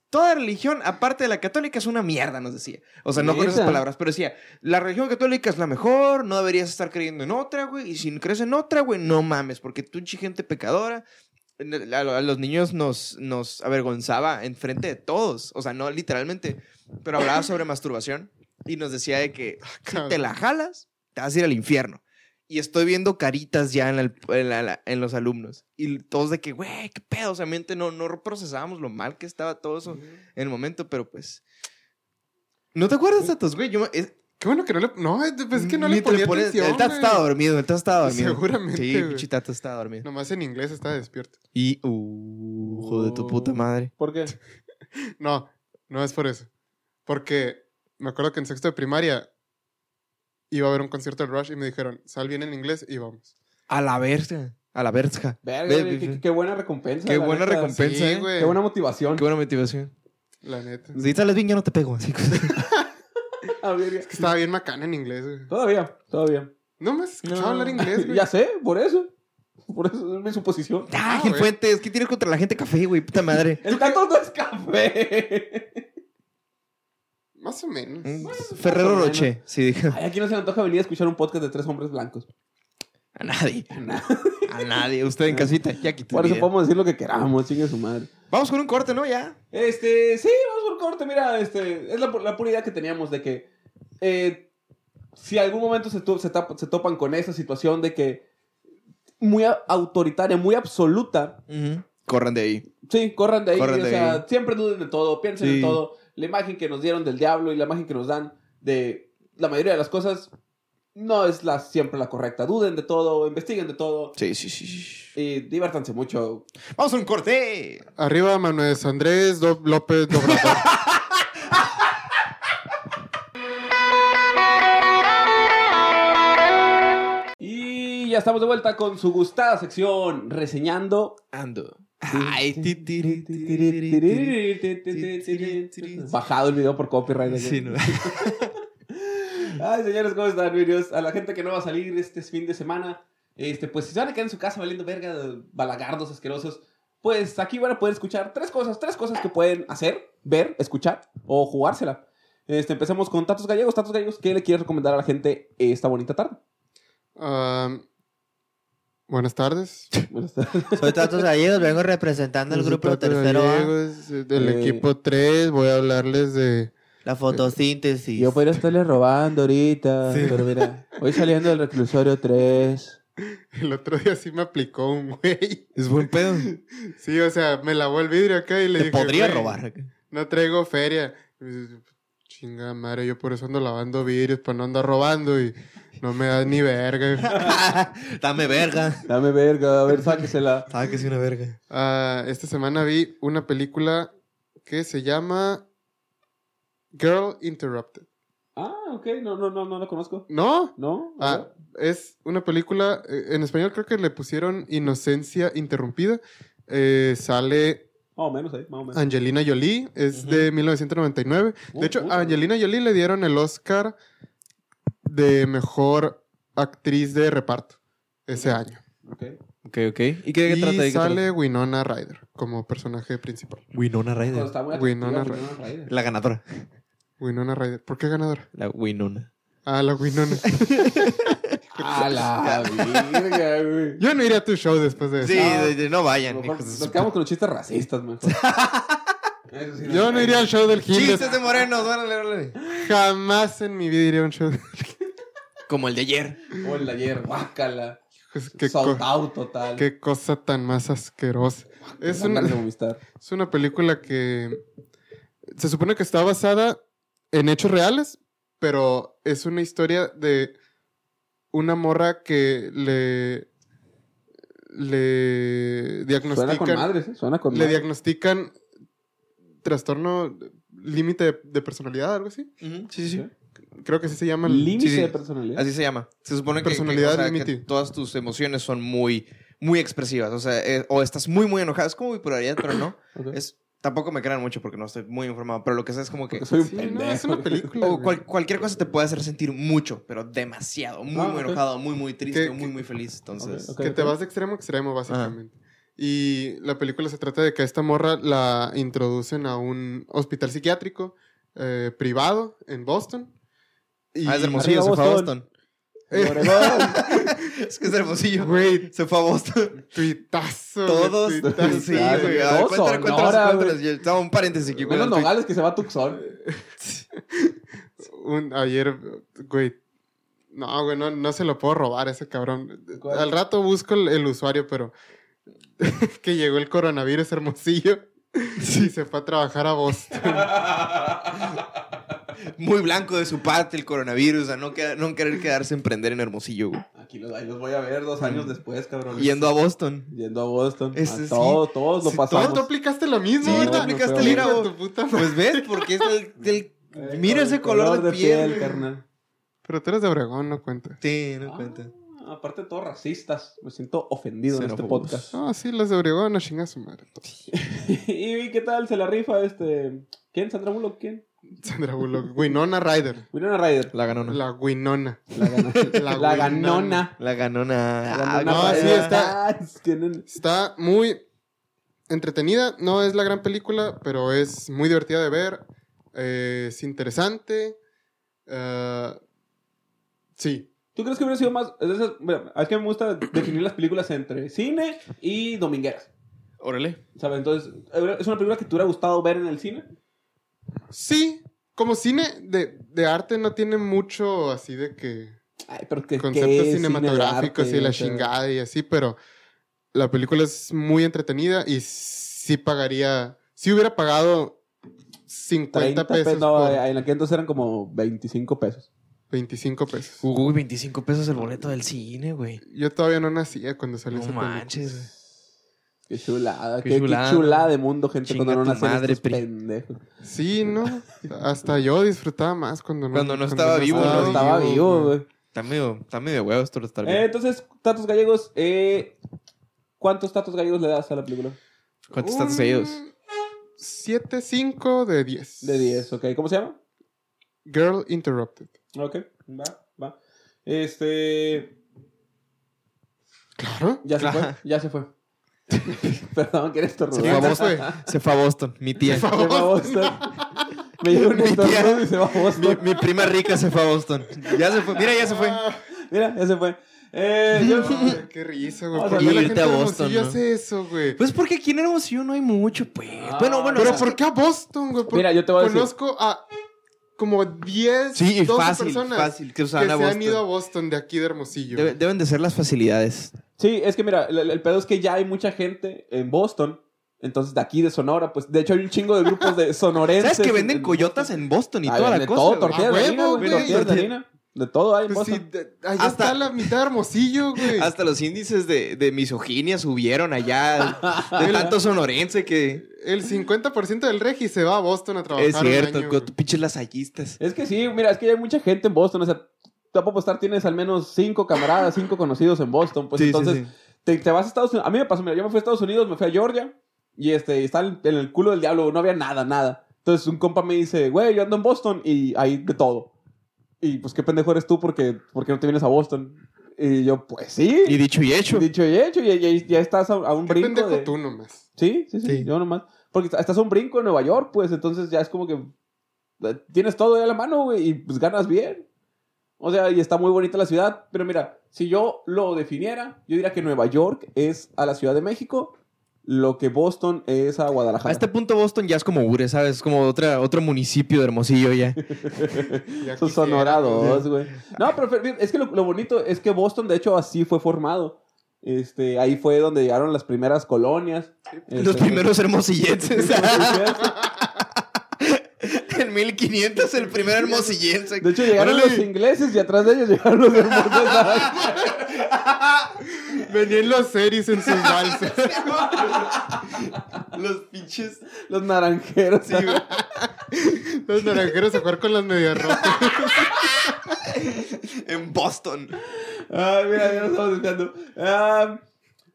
Speaker 2: toda religión, aparte de la católica, es una mierda, nos decía. O sea, no con esas
Speaker 1: Neta.
Speaker 2: palabras, pero decía, la religión católica es la mejor, no deberías estar creyendo en otra, güey, y si crees en otra, güey, no mames, porque tú, chi, gente pecadora. A a los niños nos, nos avergonzaba enfrente de todos, o sea, no literalmente, pero hablaba sobre masturbación y nos decía de que "Ah, si te la jalas, te vas a ir al infierno. Y estoy viendo caritas ya en, el- en la- la- en los alumnos. Y todos de que, güey, qué pedo. O sea, mente, no, no procesábamos lo mal que estaba todo eso en el momento, pero pues. ¿No te acuerdas, Tatos, güey? Yo me- es,
Speaker 3: Qué bueno que no le... No, es- pues es que no
Speaker 2: ni
Speaker 3: le
Speaker 2: te
Speaker 3: ponía
Speaker 2: pones-
Speaker 3: atención,
Speaker 2: El Tato
Speaker 3: güey.
Speaker 2: estaba dormido, el Tato estaba dormido.
Speaker 3: Seguramente,
Speaker 2: Sí,
Speaker 3: güey.
Speaker 2: pinche Tato estaba dormido.
Speaker 3: Nomás en inglés estaba despierto.
Speaker 2: Y, uh, hijo de tu puta madre.
Speaker 1: ¿Por qué?
Speaker 3: No, no es por eso. Porque me acuerdo que en sexto de primaria iba a haber un concierto de Rush y me dijeron, sal bien en inglés y vamos.
Speaker 2: A la verga. A la verga.
Speaker 1: Verga,
Speaker 2: Ve-
Speaker 1: güey,
Speaker 2: ve-
Speaker 1: qué, qué buena recompensa.
Speaker 2: Qué
Speaker 1: la
Speaker 2: buena
Speaker 1: neta.
Speaker 2: recompensa. Pensé,
Speaker 3: sí, güey.
Speaker 1: Qué buena motivación.
Speaker 2: Qué buena motivación.
Speaker 3: La neta.
Speaker 2: Si sales bien, ya no te pego. así que-
Speaker 1: Ah, verga.
Speaker 3: Es que estaba bien macana en inglés, güey.
Speaker 1: Todavía, todavía.
Speaker 3: No me has escuchado
Speaker 2: No.
Speaker 3: hablar inglés, güey.
Speaker 1: ya sé, por eso. Por eso es mi suposición.
Speaker 2: Ah,
Speaker 3: Ah,
Speaker 2: Gil
Speaker 3: güey.
Speaker 2: Fuentes, ¿qué tienes contra la gente café, güey? Puta madre.
Speaker 1: El tato no es café.
Speaker 3: Más o menos.
Speaker 2: Mm,
Speaker 1: más
Speaker 2: Ferrero
Speaker 1: o menos.
Speaker 2: Roche, sí dije.
Speaker 1: Ay, aquí no se le antoja venir a escuchar un podcast de tres hombres blancos.
Speaker 2: A nadie. A nadie. Usted en casita, ya quitó.
Speaker 1: Por eso podemos decir lo que queramos, chingue su madre.
Speaker 2: Vamos con un corte, ¿no? Ya.
Speaker 1: Este, sí, vamos por corte. Mira, este, es la, pu- la pura idea que teníamos de que eh, si algún momento se, tu- se, tap- se topan con esa situación de que muy a- autoritaria, muy absoluta,
Speaker 2: Corran de ahí.
Speaker 1: Sí, corran de ahí.
Speaker 2: Corran
Speaker 1: o
Speaker 2: de
Speaker 1: sea,
Speaker 2: ahí.
Speaker 1: siempre duden de todo, piensen
Speaker 2: Sí.
Speaker 1: en todo. La imagen que nos dieron del diablo y la imagen que nos dan de la mayoría de las cosas no es la, siempre la correcta. Duden de todo, investiguen de todo
Speaker 2: Sí, sí, sí, sí.
Speaker 1: y diviértanse mucho.
Speaker 2: Vamos a un corte.
Speaker 3: Arriba Manuel Andrés Do- López Dobrador.
Speaker 1: Y ya estamos de vuelta con su gustada sección, reseñando.
Speaker 2: Ando.
Speaker 1: Bajado el video por copyright.
Speaker 2: Sí, no.
Speaker 1: Ay, señores, ¿cómo están? Bienvenidos a la gente que no va a salir este fin de semana. Este, pues si se van a quedar en su casa valiendo verga, de balagardos asquerosos, pues aquí van a poder escuchar tres cosas, tres cosas que pueden hacer, ver, escuchar o jugársela. Este, empecemos con Tatos Gallegos. Tatos Gallegos, ¿qué le quieres recomendar a la gente esta bonita tarde?
Speaker 3: Um, buenas tardes.
Speaker 1: Buenas tardes.
Speaker 4: Soy Tatos Gallegos, vengo representando el
Speaker 3: Soy
Speaker 4: grupo
Speaker 3: Tato
Speaker 4: tercero A,
Speaker 3: Gallegos, eh, del
Speaker 1: Eh.
Speaker 3: equipo 3. Voy a hablarles de...
Speaker 4: la fotosíntesis.
Speaker 1: podría estarle robando ahorita,
Speaker 3: Sí. pero
Speaker 1: mira, hoy saliendo del reclusorio 3.
Speaker 3: El otro día sí me aplicó un güey.
Speaker 2: Es buen pedo.
Speaker 3: Sí, o sea, me lavó el vidrio acá y le
Speaker 4: Te
Speaker 3: dije...
Speaker 4: podría
Speaker 3: "Güey,
Speaker 4: robar.
Speaker 3: No traigo feria. Y dice, Chinga madre, yo por eso ando lavando vidrios, para no andar robando y no me das ni verga.
Speaker 4: Dame verga.
Speaker 1: Dame verga, a ver, sáquesela.
Speaker 4: Sabes que soy una verga.
Speaker 3: Ah, esta semana vi una película que se llama Girl Interrupted.
Speaker 1: Ah, ok, no, no, no, no la conozco.
Speaker 3: ¿No?
Speaker 1: ¿No? A ver.
Speaker 3: Ah, es una película, eh, en español creo que le pusieron Inocencia Interrumpida. Eh, sale
Speaker 1: Más o menos ahí, más
Speaker 2: Pues,
Speaker 1: o menos.
Speaker 3: Angelina Jolie, es de 1999.
Speaker 1: Uh,
Speaker 3: De hecho,
Speaker 1: uh.
Speaker 3: a Angelina Jolie le dieron el Oscar de mejor actriz de reparto ese año.
Speaker 1: Ok.
Speaker 2: Ok, ok. ¿Y qué
Speaker 3: y
Speaker 2: trata de qué
Speaker 3: sale
Speaker 2: trata?
Speaker 3: Winona Ryder como personaje principal.
Speaker 2: Winona
Speaker 1: Cuando
Speaker 2: Ryder.
Speaker 1: está muy
Speaker 3: Winona
Speaker 1: atractiva,
Speaker 3: Ryder.
Speaker 1: Winona Ryder.
Speaker 2: La ganadora.
Speaker 3: Winona Ryder. ¿Por qué ganadora?
Speaker 2: La Winona.
Speaker 3: Ah, la Winona.
Speaker 1: A la virga, güey.
Speaker 3: Yo no iría a tu show después de eso.
Speaker 4: Sí,
Speaker 1: No.
Speaker 4: de- de- no vayan.
Speaker 1: Mejor
Speaker 4: hijos de
Speaker 1: Nos
Speaker 4: su-
Speaker 1: quedamos con los chistes racistas, mejor. Eso sí,
Speaker 3: Yo no iría al show del Gil.
Speaker 4: Chistes de morenos, órale, órale.
Speaker 3: Jamás en mi vida iría a un show.
Speaker 2: Como el de ayer.
Speaker 1: O el de ayer, guácala.
Speaker 3: Pues, qué,
Speaker 1: Sold
Speaker 3: co-
Speaker 1: out total.
Speaker 3: qué cosa tan más asquerosa. Es
Speaker 1: Con
Speaker 3: una,
Speaker 1: ganas de vomitar.
Speaker 3: Es una película que se supone que está basada en hechos reales, pero es una historia de una morra que le le
Speaker 1: Suena con
Speaker 3: diagnostican
Speaker 1: madres, ¿eh? Suena con
Speaker 3: le
Speaker 1: madres.
Speaker 3: diagnostican trastorno límite de, de personalidad, algo así.
Speaker 2: Sí, sí, sí.
Speaker 3: Creo que sí se llama el-
Speaker 1: Límite
Speaker 2: sí.
Speaker 1: de personalidad.
Speaker 2: Así se llama. Se supone que, que,
Speaker 3: Personalidad
Speaker 2: o sea, que
Speaker 3: límite.
Speaker 2: todas tus emociones son muy, muy expresivas. O sea, eh, o estás muy, muy enojado. Es como bipolaridad, pero no.
Speaker 1: Ok.
Speaker 2: Es, tampoco me crean mucho porque no estoy muy informado. Pero lo que sé es como que...
Speaker 1: Porque soy un
Speaker 3: Sí,
Speaker 1: pendejo.
Speaker 3: no, es una película.
Speaker 2: O
Speaker 3: güey.
Speaker 2: cual- cualquier cosa te puede hacer sentir mucho, pero demasiado. Muy,
Speaker 1: Ah,
Speaker 2: muy
Speaker 1: ok.
Speaker 2: enojado, muy, muy triste,
Speaker 3: Que-
Speaker 2: muy,
Speaker 3: que-
Speaker 2: muy feliz. Entonces...
Speaker 1: Ok, ok.
Speaker 3: Que te vas de extremo a extremo, básicamente. Y la película se trata de que a esta morra la introducen a un hospital psiquiátrico eh, privado en Boston. Y,
Speaker 2: Ah, es de hermosillo,
Speaker 1: Arriba
Speaker 2: se fue a
Speaker 1: Boston.
Speaker 2: Boston.
Speaker 1: Eh. Obregón.
Speaker 2: Es que es de hermosillo.
Speaker 3: Güey,
Speaker 2: Se fue a Boston.
Speaker 3: tuitazo. güey,
Speaker 2: Todos. Sí, güey.
Speaker 3: tuitazo.
Speaker 2: A
Speaker 1: Todo
Speaker 2: ver, cuéntanos,
Speaker 1: Sonora,
Speaker 2: cuéntanos, cuéntanos. Yo- estaba un paréntesis aquí.
Speaker 1: Unos
Speaker 2: cuéntanos.
Speaker 1: nogales que se va a Tucson.
Speaker 3: Un- ayer, güey. No, güey, no, no se lo puedo robar a ese cabrón.
Speaker 1: ¿Cuál?
Speaker 3: Al rato busco el, el usuario, pero que llegó el coronavirus hermosillo y se fue a trabajar a Boston.
Speaker 2: Muy blanco de su parte el coronavirus, a no, queda- no querer quedarse emprender en Hermosillo, güey.
Speaker 1: Aquí los, ahí los voy a ver
Speaker 2: Mm.
Speaker 1: dos años después, cabrón.
Speaker 2: Yendo a Boston.
Speaker 1: Yendo a Boston.
Speaker 2: Ese
Speaker 1: A
Speaker 2: sí.
Speaker 1: todos, todos lo
Speaker 3: Si
Speaker 1: pasamos.
Speaker 3: Tú, tú aplicaste lo mismo,
Speaker 2: Sí,
Speaker 1: tú
Speaker 3: ¿verdad?
Speaker 1: aplicaste
Speaker 3: Hijo
Speaker 1: el
Speaker 3: de
Speaker 2: ira,
Speaker 3: tu puta madre.
Speaker 2: Pues ves, porque es el... del-
Speaker 1: Eh,
Speaker 2: mira
Speaker 1: con
Speaker 2: ese
Speaker 1: el
Speaker 2: color, de, piel. güey.
Speaker 1: carnal.
Speaker 3: Pero tú eres de Obregón, no cuenta.
Speaker 2: Sí, no
Speaker 1: Ah,
Speaker 2: cuenta.
Speaker 1: aparte, todos racistas. Me siento ofendido en este
Speaker 2: Xenófobos.
Speaker 1: podcast.
Speaker 3: Ah, sí, los de Obregón, no chingas su madre.
Speaker 1: y qué tal se la rifa este. ¿Quién? ¿Sandra Bullock? ¿Quién?
Speaker 3: Sandra Bullock. Winona Ryder.
Speaker 1: Winona Ryder. pues.
Speaker 2: La ganona. La,
Speaker 3: La Winona.
Speaker 1: La, ganona. la ganona.
Speaker 2: ganona.
Speaker 3: La
Speaker 1: La ganona
Speaker 2: Ah,
Speaker 3: no,
Speaker 1: Ryder.
Speaker 3: sí está.
Speaker 1: Ah, es que no-
Speaker 3: Está muy entretenida. No es la gran película, pero es muy divertida de ver. Eh, es interesante. Ah, sí.
Speaker 1: ¿Tú crees que hubiera sido más.? Es, de esas- mira, es que me gusta definir las películas entre cine y domingueras.
Speaker 2: Órale.
Speaker 1: ¿Sabes? Entonces, eh, ¿es una película que te hubiera gustado ver en el cine?
Speaker 3: Sí. Como cine de, de arte no tiene mucho así de que...
Speaker 1: Ay, pero que.
Speaker 3: conceptos cinematográficos y la chingada y así, pero la película es muy entretenida y sí pagaría, si hubiera pagado 50 pesos,
Speaker 1: No,
Speaker 3: por
Speaker 1: en aquel entonces eran como 25 pesos.
Speaker 3: 25 pesos.
Speaker 2: Uy, 25 pesos el boleto del cine, güey.
Speaker 3: Yo todavía no nacía cuando salió
Speaker 2: No
Speaker 3: esa película.
Speaker 2: manches. güey.
Speaker 1: Qué chulada, qué,
Speaker 2: Qué
Speaker 1: qué chulada,
Speaker 2: chulada.
Speaker 1: de mundo, gente,
Speaker 2: Chinga
Speaker 1: cuando no
Speaker 2: tu
Speaker 1: nacen
Speaker 2: madre,
Speaker 1: estos
Speaker 2: PRI.
Speaker 1: pendejos.
Speaker 3: Sí, ¿no? Hasta yo disfrutaba más cuando no,
Speaker 2: Cuando no estaba vivo,
Speaker 1: Cuando
Speaker 2: no
Speaker 1: Ah, estaba vivo,
Speaker 3: güey.
Speaker 1: güey.
Speaker 2: Está medio, está medio huevo esto lo está bien.
Speaker 1: Eh, entonces, Tatos Gallegos, eh, ¿cuántos Tatos Gallegos le das a la película?
Speaker 2: ¿Cuántos
Speaker 3: Un
Speaker 2: están sellos?
Speaker 3: 7, 5 Mm, de 10.
Speaker 1: De 10, ok. ¿Cómo se llama?
Speaker 3: Girl Interrupted.
Speaker 1: Ok, va, va. Este,
Speaker 3: Claro.
Speaker 1: ya se fue, ya se fue. Perdón, que eres
Speaker 3: Se
Speaker 1: estornudar.
Speaker 3: fue a
Speaker 2: vamos.
Speaker 3: Boston.
Speaker 2: Se fue a Boston, mi tía.
Speaker 3: fue a
Speaker 1: Se va a Boston. Me llegó un
Speaker 2: Mi tía.
Speaker 1: estornudo y se va a Boston.
Speaker 2: Mi, mi prima rica se fue a Boston. Ya se fue. Mira, ya se fue.
Speaker 1: Ah. Mira, ya se fue. Eh, yo-
Speaker 3: Ay, qué risa, güey.
Speaker 1: Vamos
Speaker 3: ¿Por
Speaker 1: a
Speaker 3: qué la
Speaker 2: irte
Speaker 3: gente
Speaker 2: a
Speaker 3: de
Speaker 2: Boston,
Speaker 3: Hermosillo
Speaker 2: ¿no?
Speaker 3: hace eso, güey?
Speaker 2: Pues porque aquí en Hermosillo no hay mucho, pues.
Speaker 1: Ah.
Speaker 2: bueno, bueno.
Speaker 3: Pero
Speaker 2: o sea,
Speaker 3: ¿por qué a Boston, güey? Por-
Speaker 1: Mira, yo te voy a decir.
Speaker 3: Conozco a como 10,
Speaker 2: Sí, y
Speaker 3: 12
Speaker 2: fácil,
Speaker 3: personas
Speaker 2: fácil. Que, se van
Speaker 3: que se
Speaker 2: a Boston.
Speaker 3: han ido a Boston de aquí de Hermosillo.
Speaker 2: Debe- deben de ser las facilidades.
Speaker 1: Sí, es que mira, el, el pedo es que ya hay mucha gente en Boston. Entonces, de aquí de Sonora, pues de hecho hay un chingo de grupos de sonorenses.
Speaker 2: ¿Sabes que venden coyotas en Boston y
Speaker 1: Ah,
Speaker 2: toda
Speaker 1: de
Speaker 2: la cosa?
Speaker 1: todo,
Speaker 2: güey?
Speaker 1: tortillas
Speaker 3: Ah,
Speaker 1: de harina,
Speaker 3: huevo,
Speaker 1: güey,
Speaker 3: güey.
Speaker 1: tortillas de
Speaker 2: Tortilla-
Speaker 1: harina. De todo hay en
Speaker 3: Pues sí,
Speaker 1: Boston.
Speaker 3: de- allá
Speaker 2: Hasta-
Speaker 3: está la mitad de Hermosillo, güey.
Speaker 2: Hasta los índices de, de misoginia subieron allá. De tanto sonorense que.
Speaker 3: El 50% del regi se va a Boston a trabajar.
Speaker 2: Es cierto,
Speaker 3: un año,
Speaker 2: con
Speaker 3: güey.
Speaker 2: tus pinches lasallistas.
Speaker 1: Es que sí, mira, es que ya hay mucha gente en Boston. O sea, tú a Popstar tienes al menos cinco camaradas, cinco conocidos en Boston. Pues
Speaker 2: Sí, sí,
Speaker 1: entonces,
Speaker 2: sí.
Speaker 1: Te, te vas a Estados Unidos. A mí me pasó, mira, yo me fui a Estados Unidos, me fui a Georgia y este, y estaba en, en el culo del diablo, no había nada, nada. Entonces un compa me dice, güey, yo ando en Boston y hay de todo. Y pues qué pendejo eres tú porque, porque no te vienes a Boston. Y yo, pues sí.
Speaker 2: Y dicho y hecho.
Speaker 1: Dicho y hecho, y, y- ya estás a, a un
Speaker 3: Qué
Speaker 1: brinco.
Speaker 3: pendejo
Speaker 1: De...
Speaker 3: tú nomás.
Speaker 1: Sí, sí, sí,
Speaker 4: Sí.
Speaker 1: yo nomás. Porque est- estás a un brinco en Nueva York, pues entonces ya es como que eh, tienes todo ya a la mano, güey, y pues ganas bien. O sea, y está muy bonita la ciudad, pero mira, si yo lo definiera, yo diría que Nueva York es a la Ciudad de México, lo que Boston es a Guadalajara.
Speaker 2: A este punto Boston ya es como Ure, ¿sabes? Es como otra, otro municipio de Hermosillo ya.
Speaker 3: Ya
Speaker 1: Son
Speaker 3: quisiera,
Speaker 1: sonorados,
Speaker 3: güey.
Speaker 1: güey. No, pero fe- es que lo, lo bonito es que Boston, de hecho, así fue formado. Este, ahí fue donde llegaron las primeras colonias.
Speaker 2: Los
Speaker 1: Este,
Speaker 2: primeros hermosillenses. en 1500 el primer hermosillense.
Speaker 1: De hecho, llegaron
Speaker 2: Órale.
Speaker 1: los ingleses y atrás de ellos llegaron los hermosos.
Speaker 3: Venían los series en sus balsas.
Speaker 2: Los pinches.
Speaker 1: Los naranjeros.
Speaker 3: Los naranjeros a jugar con las medias rotas.
Speaker 2: En Boston.
Speaker 1: Ay, mira, ya nos estamos escuchando. Ah,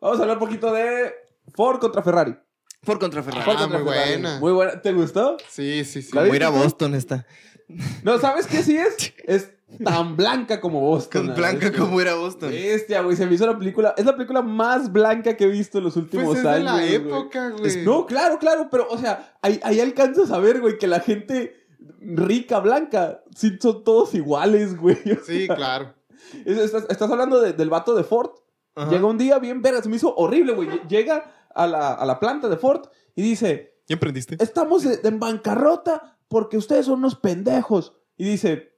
Speaker 1: vamos a hablar un poquito de Ford contra Ferrari.
Speaker 2: Por contra Ferrari.
Speaker 1: Ford
Speaker 3: Ah,
Speaker 1: contra
Speaker 3: muy
Speaker 1: Ferrari.
Speaker 3: buena.
Speaker 1: Muy buena. ¿Te gustó?
Speaker 3: Sí, sí, Pues sí.
Speaker 1: La
Speaker 4: Voy a ir a Boston esta.
Speaker 1: No, ¿sabes qué sí es? Es tan blanca como Boston.
Speaker 2: Con
Speaker 1: a la
Speaker 2: Blanca
Speaker 1: bestia.
Speaker 2: como era Boston.
Speaker 1: Bestia, güey. Se me hizo la película. Es la película más blanca que he visto en los últimos
Speaker 3: Pues es de
Speaker 1: años.
Speaker 3: la
Speaker 1: güey.
Speaker 3: época,
Speaker 1: Es-
Speaker 3: güey.
Speaker 1: no, claro, claro. Pero, o sea, ahí, ahí alcanzas a ver, güey, que la gente rica, blanca, sí, son todos iguales, güey.
Speaker 3: Sí, claro.
Speaker 1: Es- Estás, estás hablando de- del vato de Ford.
Speaker 2: Ajá.
Speaker 1: Llega un día bien verga, se me hizo horrible, güey. Llega a la, a la planta de Ford y dice,
Speaker 4: ¿Ya emprendiste?
Speaker 1: estamos de- en bancarrota porque ustedes son unos pendejos. Y dice,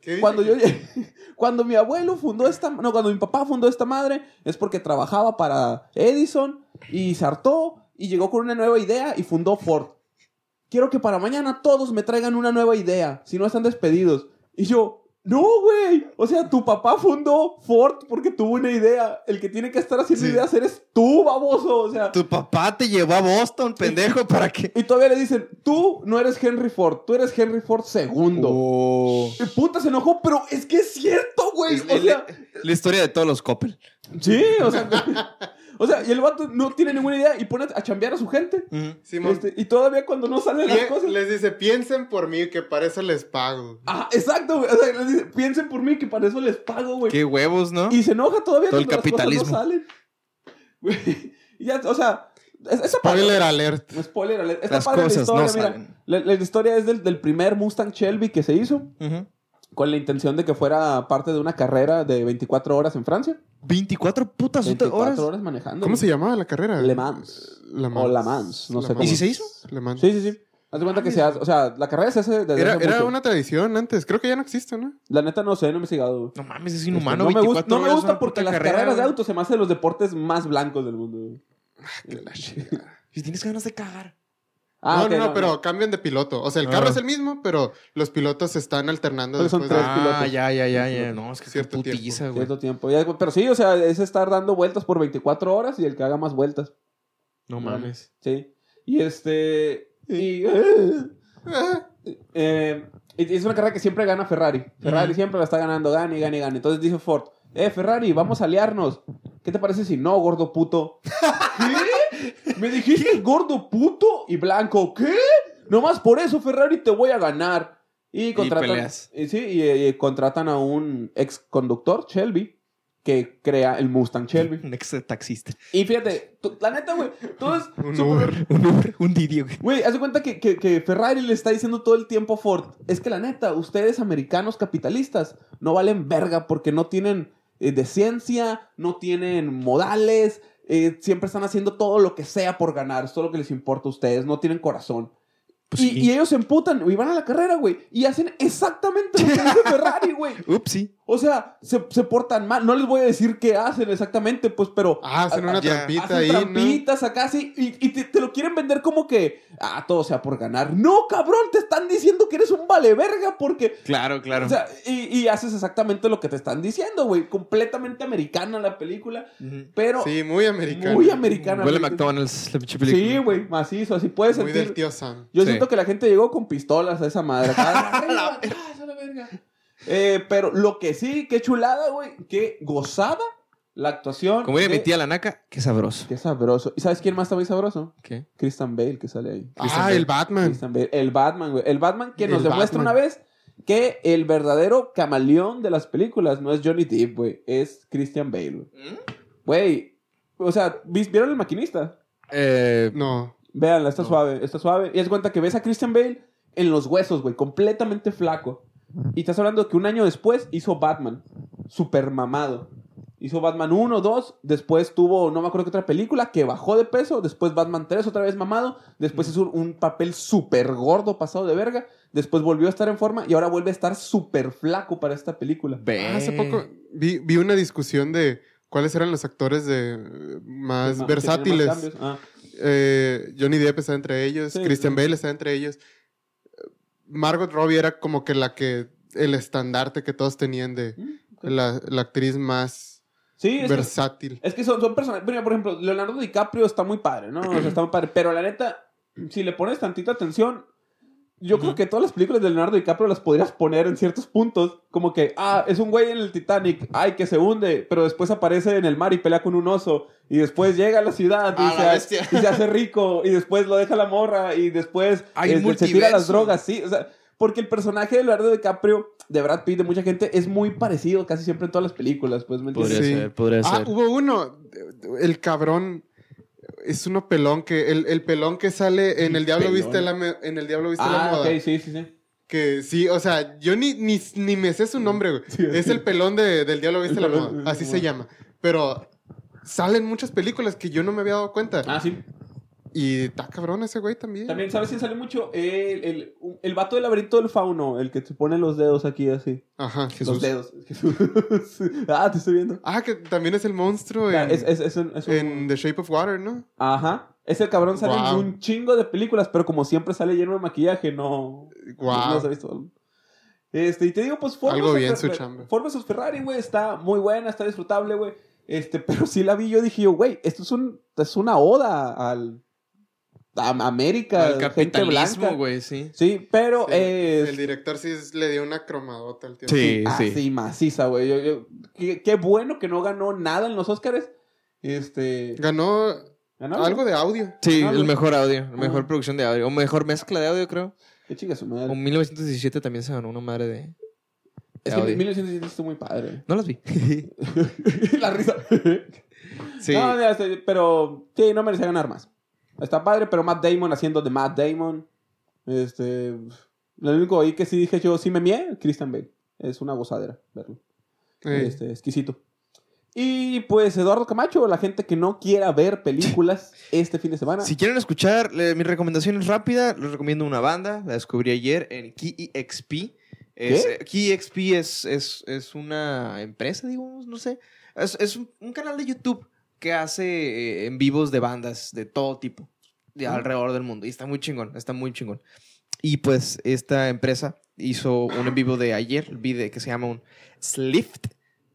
Speaker 3: ¿Qué
Speaker 1: cuando
Speaker 3: dice?
Speaker 1: yo llegué- cuando mi abuelo fundó esta, no, cuando mi papá fundó esta madre es porque trabajaba para Edison y se hartó y llegó con una nueva idea y fundó Ford. Quiero que para mañana todos me traigan una nueva idea, si no están despedidos. Y yo, no, güey. O sea, tu papá fundó Ford porque tuvo una idea. El que tiene que estar haciendo
Speaker 4: Sí.
Speaker 1: ideas eres tú, baboso. O sea,
Speaker 4: Tu papá te llevó a Boston, pendejo, ¿para qué?
Speaker 1: y todavía le dicen, tú no eres Henry Ford, tú eres Henry Ford segundo.
Speaker 4: Oh.
Speaker 1: Y puta, se enojó, pero es que es cierto, güey.
Speaker 2: Es-
Speaker 1: O
Speaker 2: es-
Speaker 1: sea,
Speaker 4: La historia de todos los Coppel.
Speaker 1: Sí, o sea, o sea, y el vato no tiene ninguna idea y pone a chambear a su gente.
Speaker 3: Simón,
Speaker 1: Este, y todavía cuando no salen las
Speaker 3: pie-
Speaker 1: cosas.
Speaker 3: les dice, piensen por mí, que para eso les pago.
Speaker 1: Ah, exacto, güey. O sea, les dice, piensen por mí que para eso les pago, güey.
Speaker 4: Qué huevos, ¿no?
Speaker 1: Y se enoja todavía
Speaker 4: Todo el
Speaker 1: cuando las
Speaker 4: capitalismo.
Speaker 1: cosas no salen. Güey, y ya, o sea, es- esa
Speaker 3: Spoiler alert.
Speaker 1: parte. Spoiler alert. Está
Speaker 4: Las
Speaker 1: padre
Speaker 4: cosas
Speaker 1: la historia,
Speaker 4: no
Speaker 1: mira.
Speaker 4: salen.
Speaker 1: La, la historia es del, del primer Mustang Shelby que se hizo
Speaker 4: Ujú.
Speaker 1: con la intención de que fuera parte de una carrera de 24 horas en Francia.
Speaker 4: 24
Speaker 3: Ah,
Speaker 4: putas
Speaker 1: 24
Speaker 4: horas.
Speaker 1: horas, manejando.
Speaker 3: ¿Cómo
Speaker 1: güey.
Speaker 3: se llamaba la carrera?
Speaker 1: Le Mans.
Speaker 3: Le
Speaker 1: O La Mans, no
Speaker 3: Le
Speaker 1: sé
Speaker 3: Mans.
Speaker 1: cómo.
Speaker 4: ¿Y si se hizo?
Speaker 3: Le Mans.
Speaker 1: Sí, sí, sí. Haz de cuenta que se hace, o sea, la carrera se hace desde
Speaker 3: Era,
Speaker 1: hace
Speaker 3: era
Speaker 1: mucho.
Speaker 3: una tradición antes. Creo que ya no existe, ¿no?
Speaker 1: La neta no sé, no me he sigado.
Speaker 4: No mames, es inhumano.
Speaker 1: Este, no, me gusta,
Speaker 4: 24
Speaker 1: no me
Speaker 4: horas
Speaker 1: gusta
Speaker 4: una
Speaker 1: porque
Speaker 4: puta
Speaker 1: las
Speaker 4: carrera,
Speaker 1: carreras de
Speaker 4: güey.
Speaker 1: autos se me hacen los deportes más blancos del mundo. güey.
Speaker 3: Ah,
Speaker 4: Y tienes ganas de cagar.
Speaker 1: Ah,
Speaker 3: no,
Speaker 1: ok,
Speaker 3: no, no, pero cambian de piloto. O sea, el carro
Speaker 4: Ah.
Speaker 3: es el mismo, pero los pilotos se están alternando
Speaker 1: Pero son
Speaker 3: después
Speaker 1: tres
Speaker 3: de...
Speaker 4: Ah,
Speaker 1: pilotos.
Speaker 4: ya, ya, ya, ya. No, es que qué
Speaker 3: Cierto
Speaker 4: putiza, güey.
Speaker 1: Cierto tiempo. Ya, pero sí, o sea, es estar dando vueltas por 24 horas y el que haga más vueltas.
Speaker 4: No mames.
Speaker 1: Sí. Y este. Y.
Speaker 3: Ah,
Speaker 1: Eh, y- y es una carrera que siempre gana Ferrari. Ferrari
Speaker 4: Ujú.
Speaker 1: siempre la está ganando, gana y gana y gana. Entonces dice Ford, eh, Ferrari, vamos a aliarnos. ¿Qué te parece si no, gordo puto? ¿Qué? ¿Me dijiste gordo puto y blanco? ¿Qué? Nomás por eso, Ferrari, te voy a ganar. Y contratan,
Speaker 4: peleas.
Speaker 1: y sí, y, eh, contratan a un ex conductor, Shelby, que crea el Mustang Shelby.
Speaker 4: Un ex taxista.
Speaker 1: Y fíjate, tú- la neta, güey, todo es
Speaker 3: Un
Speaker 1: súper-
Speaker 3: Uber.
Speaker 4: Un Uber, un Didi, güey.
Speaker 1: Güey, haz de cuenta que, que- que Ferrari le está diciendo todo el tiempo a Ford. Es que la neta, ustedes americanos capitalistas no valen verga porque no tienen eh, decencia, no tienen modales, eh, siempre están haciendo todo lo que sea por ganar, es todo lo que les importa a ustedes, no tienen corazón.
Speaker 4: Pues
Speaker 1: y,
Speaker 4: sí.
Speaker 1: y ellos se emputan y van a la carrera, güey, y hacen exactamente lo que dice Ferrari, güey.
Speaker 4: Upsi.
Speaker 1: O sea, se, se portan mal. No les voy a decir qué hacen exactamente, pues, pero
Speaker 3: Ah, hacen una
Speaker 4: Ya.
Speaker 3: trampita
Speaker 1: hacen
Speaker 3: ahí, ¿no?
Speaker 1: trampitas acá, sí, y, y te, te lo quieren vender como que, ah, todo sea por ganar. No, cabrón, te están diciendo que eres un vale verga porque,
Speaker 4: Claro, claro.
Speaker 1: o sea, y, y haces exactamente lo que te están diciendo, güey. Completamente americana la película,
Speaker 4: Ujú.
Speaker 1: pero
Speaker 3: Sí, muy americano.
Speaker 1: muy americana.
Speaker 4: Huele a
Speaker 1: güey.
Speaker 4: McDonald's, la pinche película.
Speaker 1: Sí, güey, macizo, así puedes
Speaker 3: Muy del
Speaker 1: sentir.
Speaker 3: tío Sam.
Speaker 1: Yo
Speaker 4: Sí.
Speaker 1: siento que la gente llegó con pistolas a esa madre. acá, arriba, atrás, a la verga. Eh, pero lo que sí, qué chulada, güey, qué gozada la actuación.
Speaker 4: Como diría
Speaker 1: de-
Speaker 4: mi tía la naca, qué sabroso.
Speaker 1: Qué sabroso. ¿Y sabes quién más está muy sabroso?
Speaker 4: ¿Qué?
Speaker 1: Christian Bale que sale ahí.
Speaker 3: Ah, el Batman.
Speaker 1: Christian Bale. El Batman, güey. El Batman que nos
Speaker 3: El
Speaker 1: demuestra
Speaker 3: Batman.
Speaker 1: una vez que el verdadero camaleón de las películas no es Johnny Depp, güey. Es Christian Bale, güey. Güey. O sea, ¿vis- ¿vieron el maquinista?
Speaker 4: Eh,
Speaker 3: No.
Speaker 1: Véanla, está
Speaker 4: No.
Speaker 1: suave, está suave. Y es cuenta que ves a Christian Bale en los huesos, güey, completamente flaco. Y estás hablando que un año después hizo Batman, super mamado. Hizo Batman 1, 2, después tuvo, no me acuerdo qué otra película, que bajó de peso, después Batman 3, otra vez mamado, después hizo un, un papel súper gordo, pasado de verga, después volvió a estar en forma y ahora vuelve a estar súper flaco para esta película.
Speaker 4: ve.
Speaker 3: Ah, hace poco vi, vi una discusión de cuáles eran los actores de eh, más
Speaker 1: Que ma- que tiene más
Speaker 3: versátiles.
Speaker 1: cambios. Ah,
Speaker 3: Eh, Johnny Depp está entre ellos,
Speaker 1: Sí,
Speaker 3: Christian
Speaker 1: sí.
Speaker 3: Bale está entre ellos. Margot Robbie era como que la que el estandarte que todos tenían de
Speaker 1: Mm, ok.
Speaker 3: la, la actriz más
Speaker 1: Sí, es que,
Speaker 3: versátil.
Speaker 1: es que son, son personajes. Mira, por ejemplo, Leonardo DiCaprio está muy padre, ¿no? O sea, está muy padre. Pero la neta, si le pones tantita atención, yo creo que todas las películas de Leonardo DiCaprio las podrías poner en ciertos puntos. Como que, ah, es un güey en el Titanic, ay, que se hunde, pero después aparece en el mar y pelea con un oso. Y después llega a la ciudad
Speaker 2: A
Speaker 1: y,
Speaker 2: la
Speaker 1: se, ha-
Speaker 2: bestia.
Speaker 1: y se hace rico. Y después lo deja la morra. Y después
Speaker 2: Hay
Speaker 1: eh, se tira a las
Speaker 2: multiverso.
Speaker 1: drogas, sí. O sea, porque el personaje de Leonardo DiCaprio, de Brad Pitt, de mucha gente, es muy parecido casi siempre en todas las películas. Pues, ¿me entiendes?
Speaker 4: Podría
Speaker 3: Sí.
Speaker 4: ser, podría
Speaker 3: Ah,
Speaker 4: ser.
Speaker 3: hubo uno. El cabrón. Es uno pelón que. El, el pelón que sale en El Diablo
Speaker 1: Pelón.
Speaker 3: Viste la Me- en El Diablo Viste la
Speaker 1: Ah,
Speaker 3: Moda.
Speaker 1: ok, sí, sí, sí.
Speaker 3: Que sí, o sea, yo ni, ni, ni me sé su nombre, güey.
Speaker 1: Sí.
Speaker 3: es el pelón de, del Diablo Viste
Speaker 1: El
Speaker 3: la
Speaker 1: pelón,
Speaker 3: Moda.
Speaker 1: eh,
Speaker 3: Así
Speaker 1: la
Speaker 3: se
Speaker 1: moda.
Speaker 3: llama. Pero salen muchas películas que yo no me había dado cuenta.
Speaker 1: Ah, sí.
Speaker 3: Y está cabrón ese güey también.
Speaker 1: También, ¿sabes quién sale mucho? El, el, el vato del laberinto del fauno, el que te pone los dedos aquí así.
Speaker 3: Ajá.
Speaker 1: Los dedos. Jesús. ah, te estoy viendo. Ah,
Speaker 3: Ah, que también es el monstruo en,
Speaker 1: Es, es, es un- es un-
Speaker 3: en The Shape of Water, ¿no?
Speaker 1: Ajá. Ese cabrón sale en
Speaker 3: Guau.
Speaker 1: un chingo de películas, pero como siempre sale lleno de maquillaje, no.
Speaker 3: Guau.
Speaker 1: No, se ha visto. Este, y te digo, pues Ford
Speaker 3: Algo
Speaker 1: versus
Speaker 3: bien su
Speaker 1: Fer-
Speaker 3: chamba.
Speaker 1: Ford versus Ferrari, güey, está muy buena, está disfrutable, güey. Este, pero sí la vi, yo dije, yo, güey, esto es, un, es una oda al. a América,
Speaker 2: Al
Speaker 1: gente blanca.
Speaker 2: capitalismo, güey, sí.
Speaker 1: Sí, pero
Speaker 3: Sí,
Speaker 1: es.
Speaker 3: El director sí es- le dio una cromadota al tío.
Speaker 4: Sí,
Speaker 1: Ah,
Speaker 4: sí.
Speaker 1: sí, maciza, güey. Yo- yo- Qué, qué bueno que no ganó nada en los Oscars. Este.
Speaker 3: Ganó
Speaker 1: ¿Ganó?
Speaker 3: algo de audio.
Speaker 2: Sí,
Speaker 1: Ah,
Speaker 2: el
Speaker 1: güey.
Speaker 2: mejor audio, la
Speaker 1: Ah.
Speaker 2: mejor producción de audio, o mejor mezcla de audio, creo.
Speaker 1: Qué chinga su
Speaker 2: O
Speaker 1: madre.
Speaker 2: 1917 también se ganó una madre de.
Speaker 1: Es
Speaker 2: de
Speaker 1: que
Speaker 2: audio.
Speaker 1: 1917 estuvo muy padre.
Speaker 2: No las vi.
Speaker 1: La risa.
Speaker 2: sí.
Speaker 1: No, mira, este, pero sí, no merecía ganar más. Está padre, pero Matt Damon haciendo de Matt Damon. Este. Lo único ahí que sí dije yo, sí me mié, Christian Bale. Es una gozadera verlo.
Speaker 3: Eh,
Speaker 1: Este, exquisito. Y pues Eduardo Camacho, la gente que no quiera ver películas este fin de semana.
Speaker 2: Si quieren escuchar eh, mi recomendación es rápida, les recomiendo una banda, la descubrí ayer en KEXP. Es, eh, KEXP es, es, es una empresa, digamos, no sé. Es, es un, un canal de YouTube que hace eh, en vivos de bandas de todo tipo, de alrededor del mundo. Y está muy chingón, está muy chingón. Y pues esta empresa hizo un en vivo de ayer, vi de- que se llama un Slift.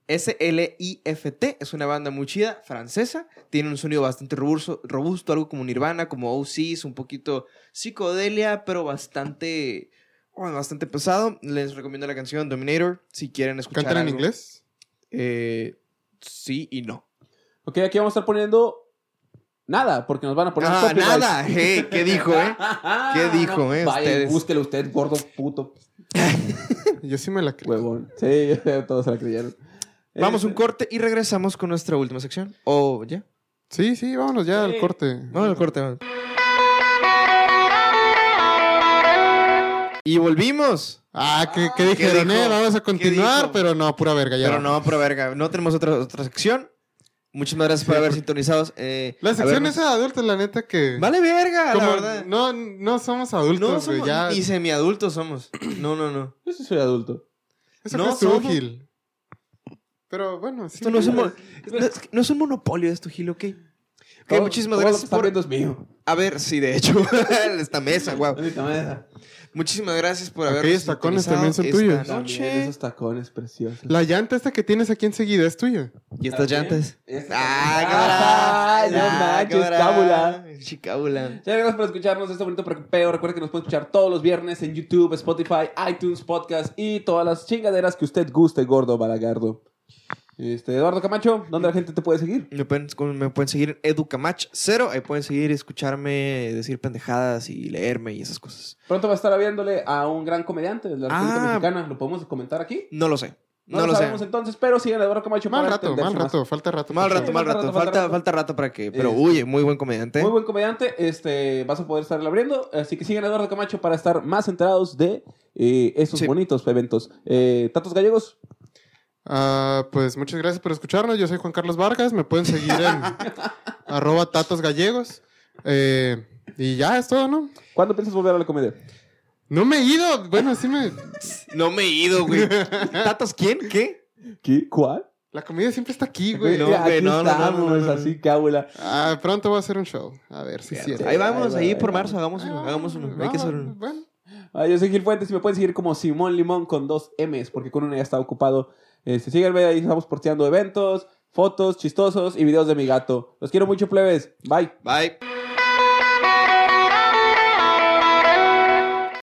Speaker 2: S-L-I-F-T es una banda muy chida, francesa. Tiene un sonido bastante robusto, robusto algo como Nirvana, como OCs, un poquito psicodelia, pero bastante, bueno, bastante pesado. Les recomiendo la canción Dominator si quieren escuchar.
Speaker 3: ¿Cantan en
Speaker 2: algo.
Speaker 3: inglés?
Speaker 2: Eh, sí y no.
Speaker 1: Ok, aquí vamos a estar poniendo nada, porque nos van a poner
Speaker 2: Ah,
Speaker 1: copyright.
Speaker 2: nada, eh, ¿qué dijo, eh? ¿Qué dijo, eh,
Speaker 1: Vaya,
Speaker 2: ustedes?
Speaker 1: búsquelo usted, gordo puto
Speaker 3: Yo sí me la creo.
Speaker 1: huevón. Sí, todos se la creyeron.
Speaker 3: Eh,
Speaker 2: Vamos
Speaker 1: Este,
Speaker 2: a un corte y regresamos con nuestra última sección. ¿O ya?
Speaker 3: Sí, sí, vámonos ya
Speaker 1: Sí.
Speaker 3: al corte.
Speaker 2: Vamos al corte. vamos. Y volvimos.
Speaker 3: Ah, ¿qué, qué
Speaker 2: Ah, ¿qué
Speaker 3: dijeron,
Speaker 2: dijo?
Speaker 3: eh? Vamos a
Speaker 2: ¿Qué
Speaker 3: continuar,
Speaker 2: dijo?
Speaker 3: pero no, pura verga, ya.
Speaker 2: Pero no, pero verga, no tenemos otra, otra sección. Muchísimas gracias por haber sintonizados. Eh,
Speaker 3: La sección
Speaker 2: habernos-
Speaker 3: esa de adultos, la neta que...
Speaker 2: Vale verga,
Speaker 3: como
Speaker 2: la verdad.
Speaker 3: no, no somos adultos,
Speaker 2: No
Speaker 3: güey,
Speaker 2: somos
Speaker 3: ya...
Speaker 2: ni semiadultos somos. No, no, no.
Speaker 1: Yo sí soy adulto.
Speaker 3: Eso
Speaker 2: no
Speaker 3: que estuvo
Speaker 2: somos-
Speaker 3: Gil. Pero bueno, sí.
Speaker 2: Esto no es un, mo- no es- no es un monopolio esto, Gil, ok. Ok,
Speaker 1: Todo-
Speaker 2: muchísimas
Speaker 1: todo lo que
Speaker 2: gracias
Speaker 1: están
Speaker 2: por...
Speaker 1: viendo es mío.
Speaker 2: A ver, sí, de hecho, esta mesa, wow.
Speaker 1: Maldita madre.
Speaker 2: Muchísimas gracias por haber
Speaker 3: Aquellos tacones también son tuyos.
Speaker 1: También
Speaker 2: Noche.
Speaker 1: Esos tacones preciosos.
Speaker 3: La llanta esta que tienes aquí enseguida es tuya.
Speaker 2: Y estas
Speaker 1: También.
Speaker 2: llantas.
Speaker 1: Estas-
Speaker 2: Ah,
Speaker 1: Ay,
Speaker 2: qué
Speaker 1: no manches, cábula.
Speaker 2: cábula. Chicábula.
Speaker 1: Muchas gracias por escucharnos este bonito peo. Recuerda que nos pueden escuchar todos los viernes en YouTube, Spotify, iTunes, Podcast y todas las chingaderas que usted guste, gordo balagardo. Este, Eduardo Camacho, ¿dónde la gente te puede seguir?
Speaker 2: Me pueden, me pueden seguir en EducaMatch0. Ahí pueden seguir escucharme decir pendejadas y leerme y esas cosas.
Speaker 1: Pronto va a estar habiéndole a un gran comediante de la República
Speaker 2: Ah.
Speaker 1: Mexicana. ¿Lo podemos comentar aquí?
Speaker 2: No lo sé.
Speaker 1: No,
Speaker 2: No,
Speaker 1: lo,
Speaker 2: lo, sé.
Speaker 1: sabemos entonces, pero sigan a Eduardo Camacho
Speaker 3: Mal
Speaker 1: para
Speaker 3: rato, mal
Speaker 1: entenderse más.
Speaker 3: rato, falta rato.
Speaker 2: Mal
Speaker 3: para
Speaker 2: rato,
Speaker 1: Sí,
Speaker 2: mal rato. Falta, falta rato para que. Pero,
Speaker 1: Este.
Speaker 2: uy, muy buen comediante.
Speaker 1: Muy buen comediante, este, vas a poder estarle abriendo. Así que sigan a Eduardo Camacho para estar más enterados de eh, esos
Speaker 2: Sí.
Speaker 1: bonitos eventos. Eh, Tatos Gallegos,
Speaker 3: Ah, pues muchas gracias por escucharnos. Yo soy Juan Carlos Vargas. Me pueden seguir en arroba tatos gallegos. Eh, y ya es todo, ¿no?
Speaker 1: ¿cuándo piensas volver a la comedia?
Speaker 3: No me he ido. Bueno, sí me.
Speaker 2: No me he ido, güey. ¿Tatos quién? ¿Qué?
Speaker 1: ¿Qué? ¿Cuál?
Speaker 3: La comida siempre está aquí, güey.
Speaker 2: no,
Speaker 1: Mira,
Speaker 2: güey,
Speaker 1: aquí
Speaker 2: no, no, no,
Speaker 1: estamos,
Speaker 2: no, no, no.
Speaker 1: así, cábula.
Speaker 3: Ah, pronto voy a hacer un show. A ver si es cierto.
Speaker 2: Ahí
Speaker 1: Ahí
Speaker 2: vámonos,
Speaker 1: va,
Speaker 2: ahí
Speaker 1: ahí
Speaker 2: por
Speaker 1: va.
Speaker 2: marzo. Hagamos uno.
Speaker 3: Ah,
Speaker 2: Hagamos uno. Hay
Speaker 3: va,
Speaker 2: que hacer uno.
Speaker 3: Bueno,
Speaker 1: Ah, yo soy Gil Fuentes y me pueden seguir como Simón Limón con dos M's, porque con una ya está ocupado. Este, síganme, ahí estamos porteando eventos. fotos chistosos y videos de mi gato. Los quiero mucho, plebes. Bye.
Speaker 2: Bye.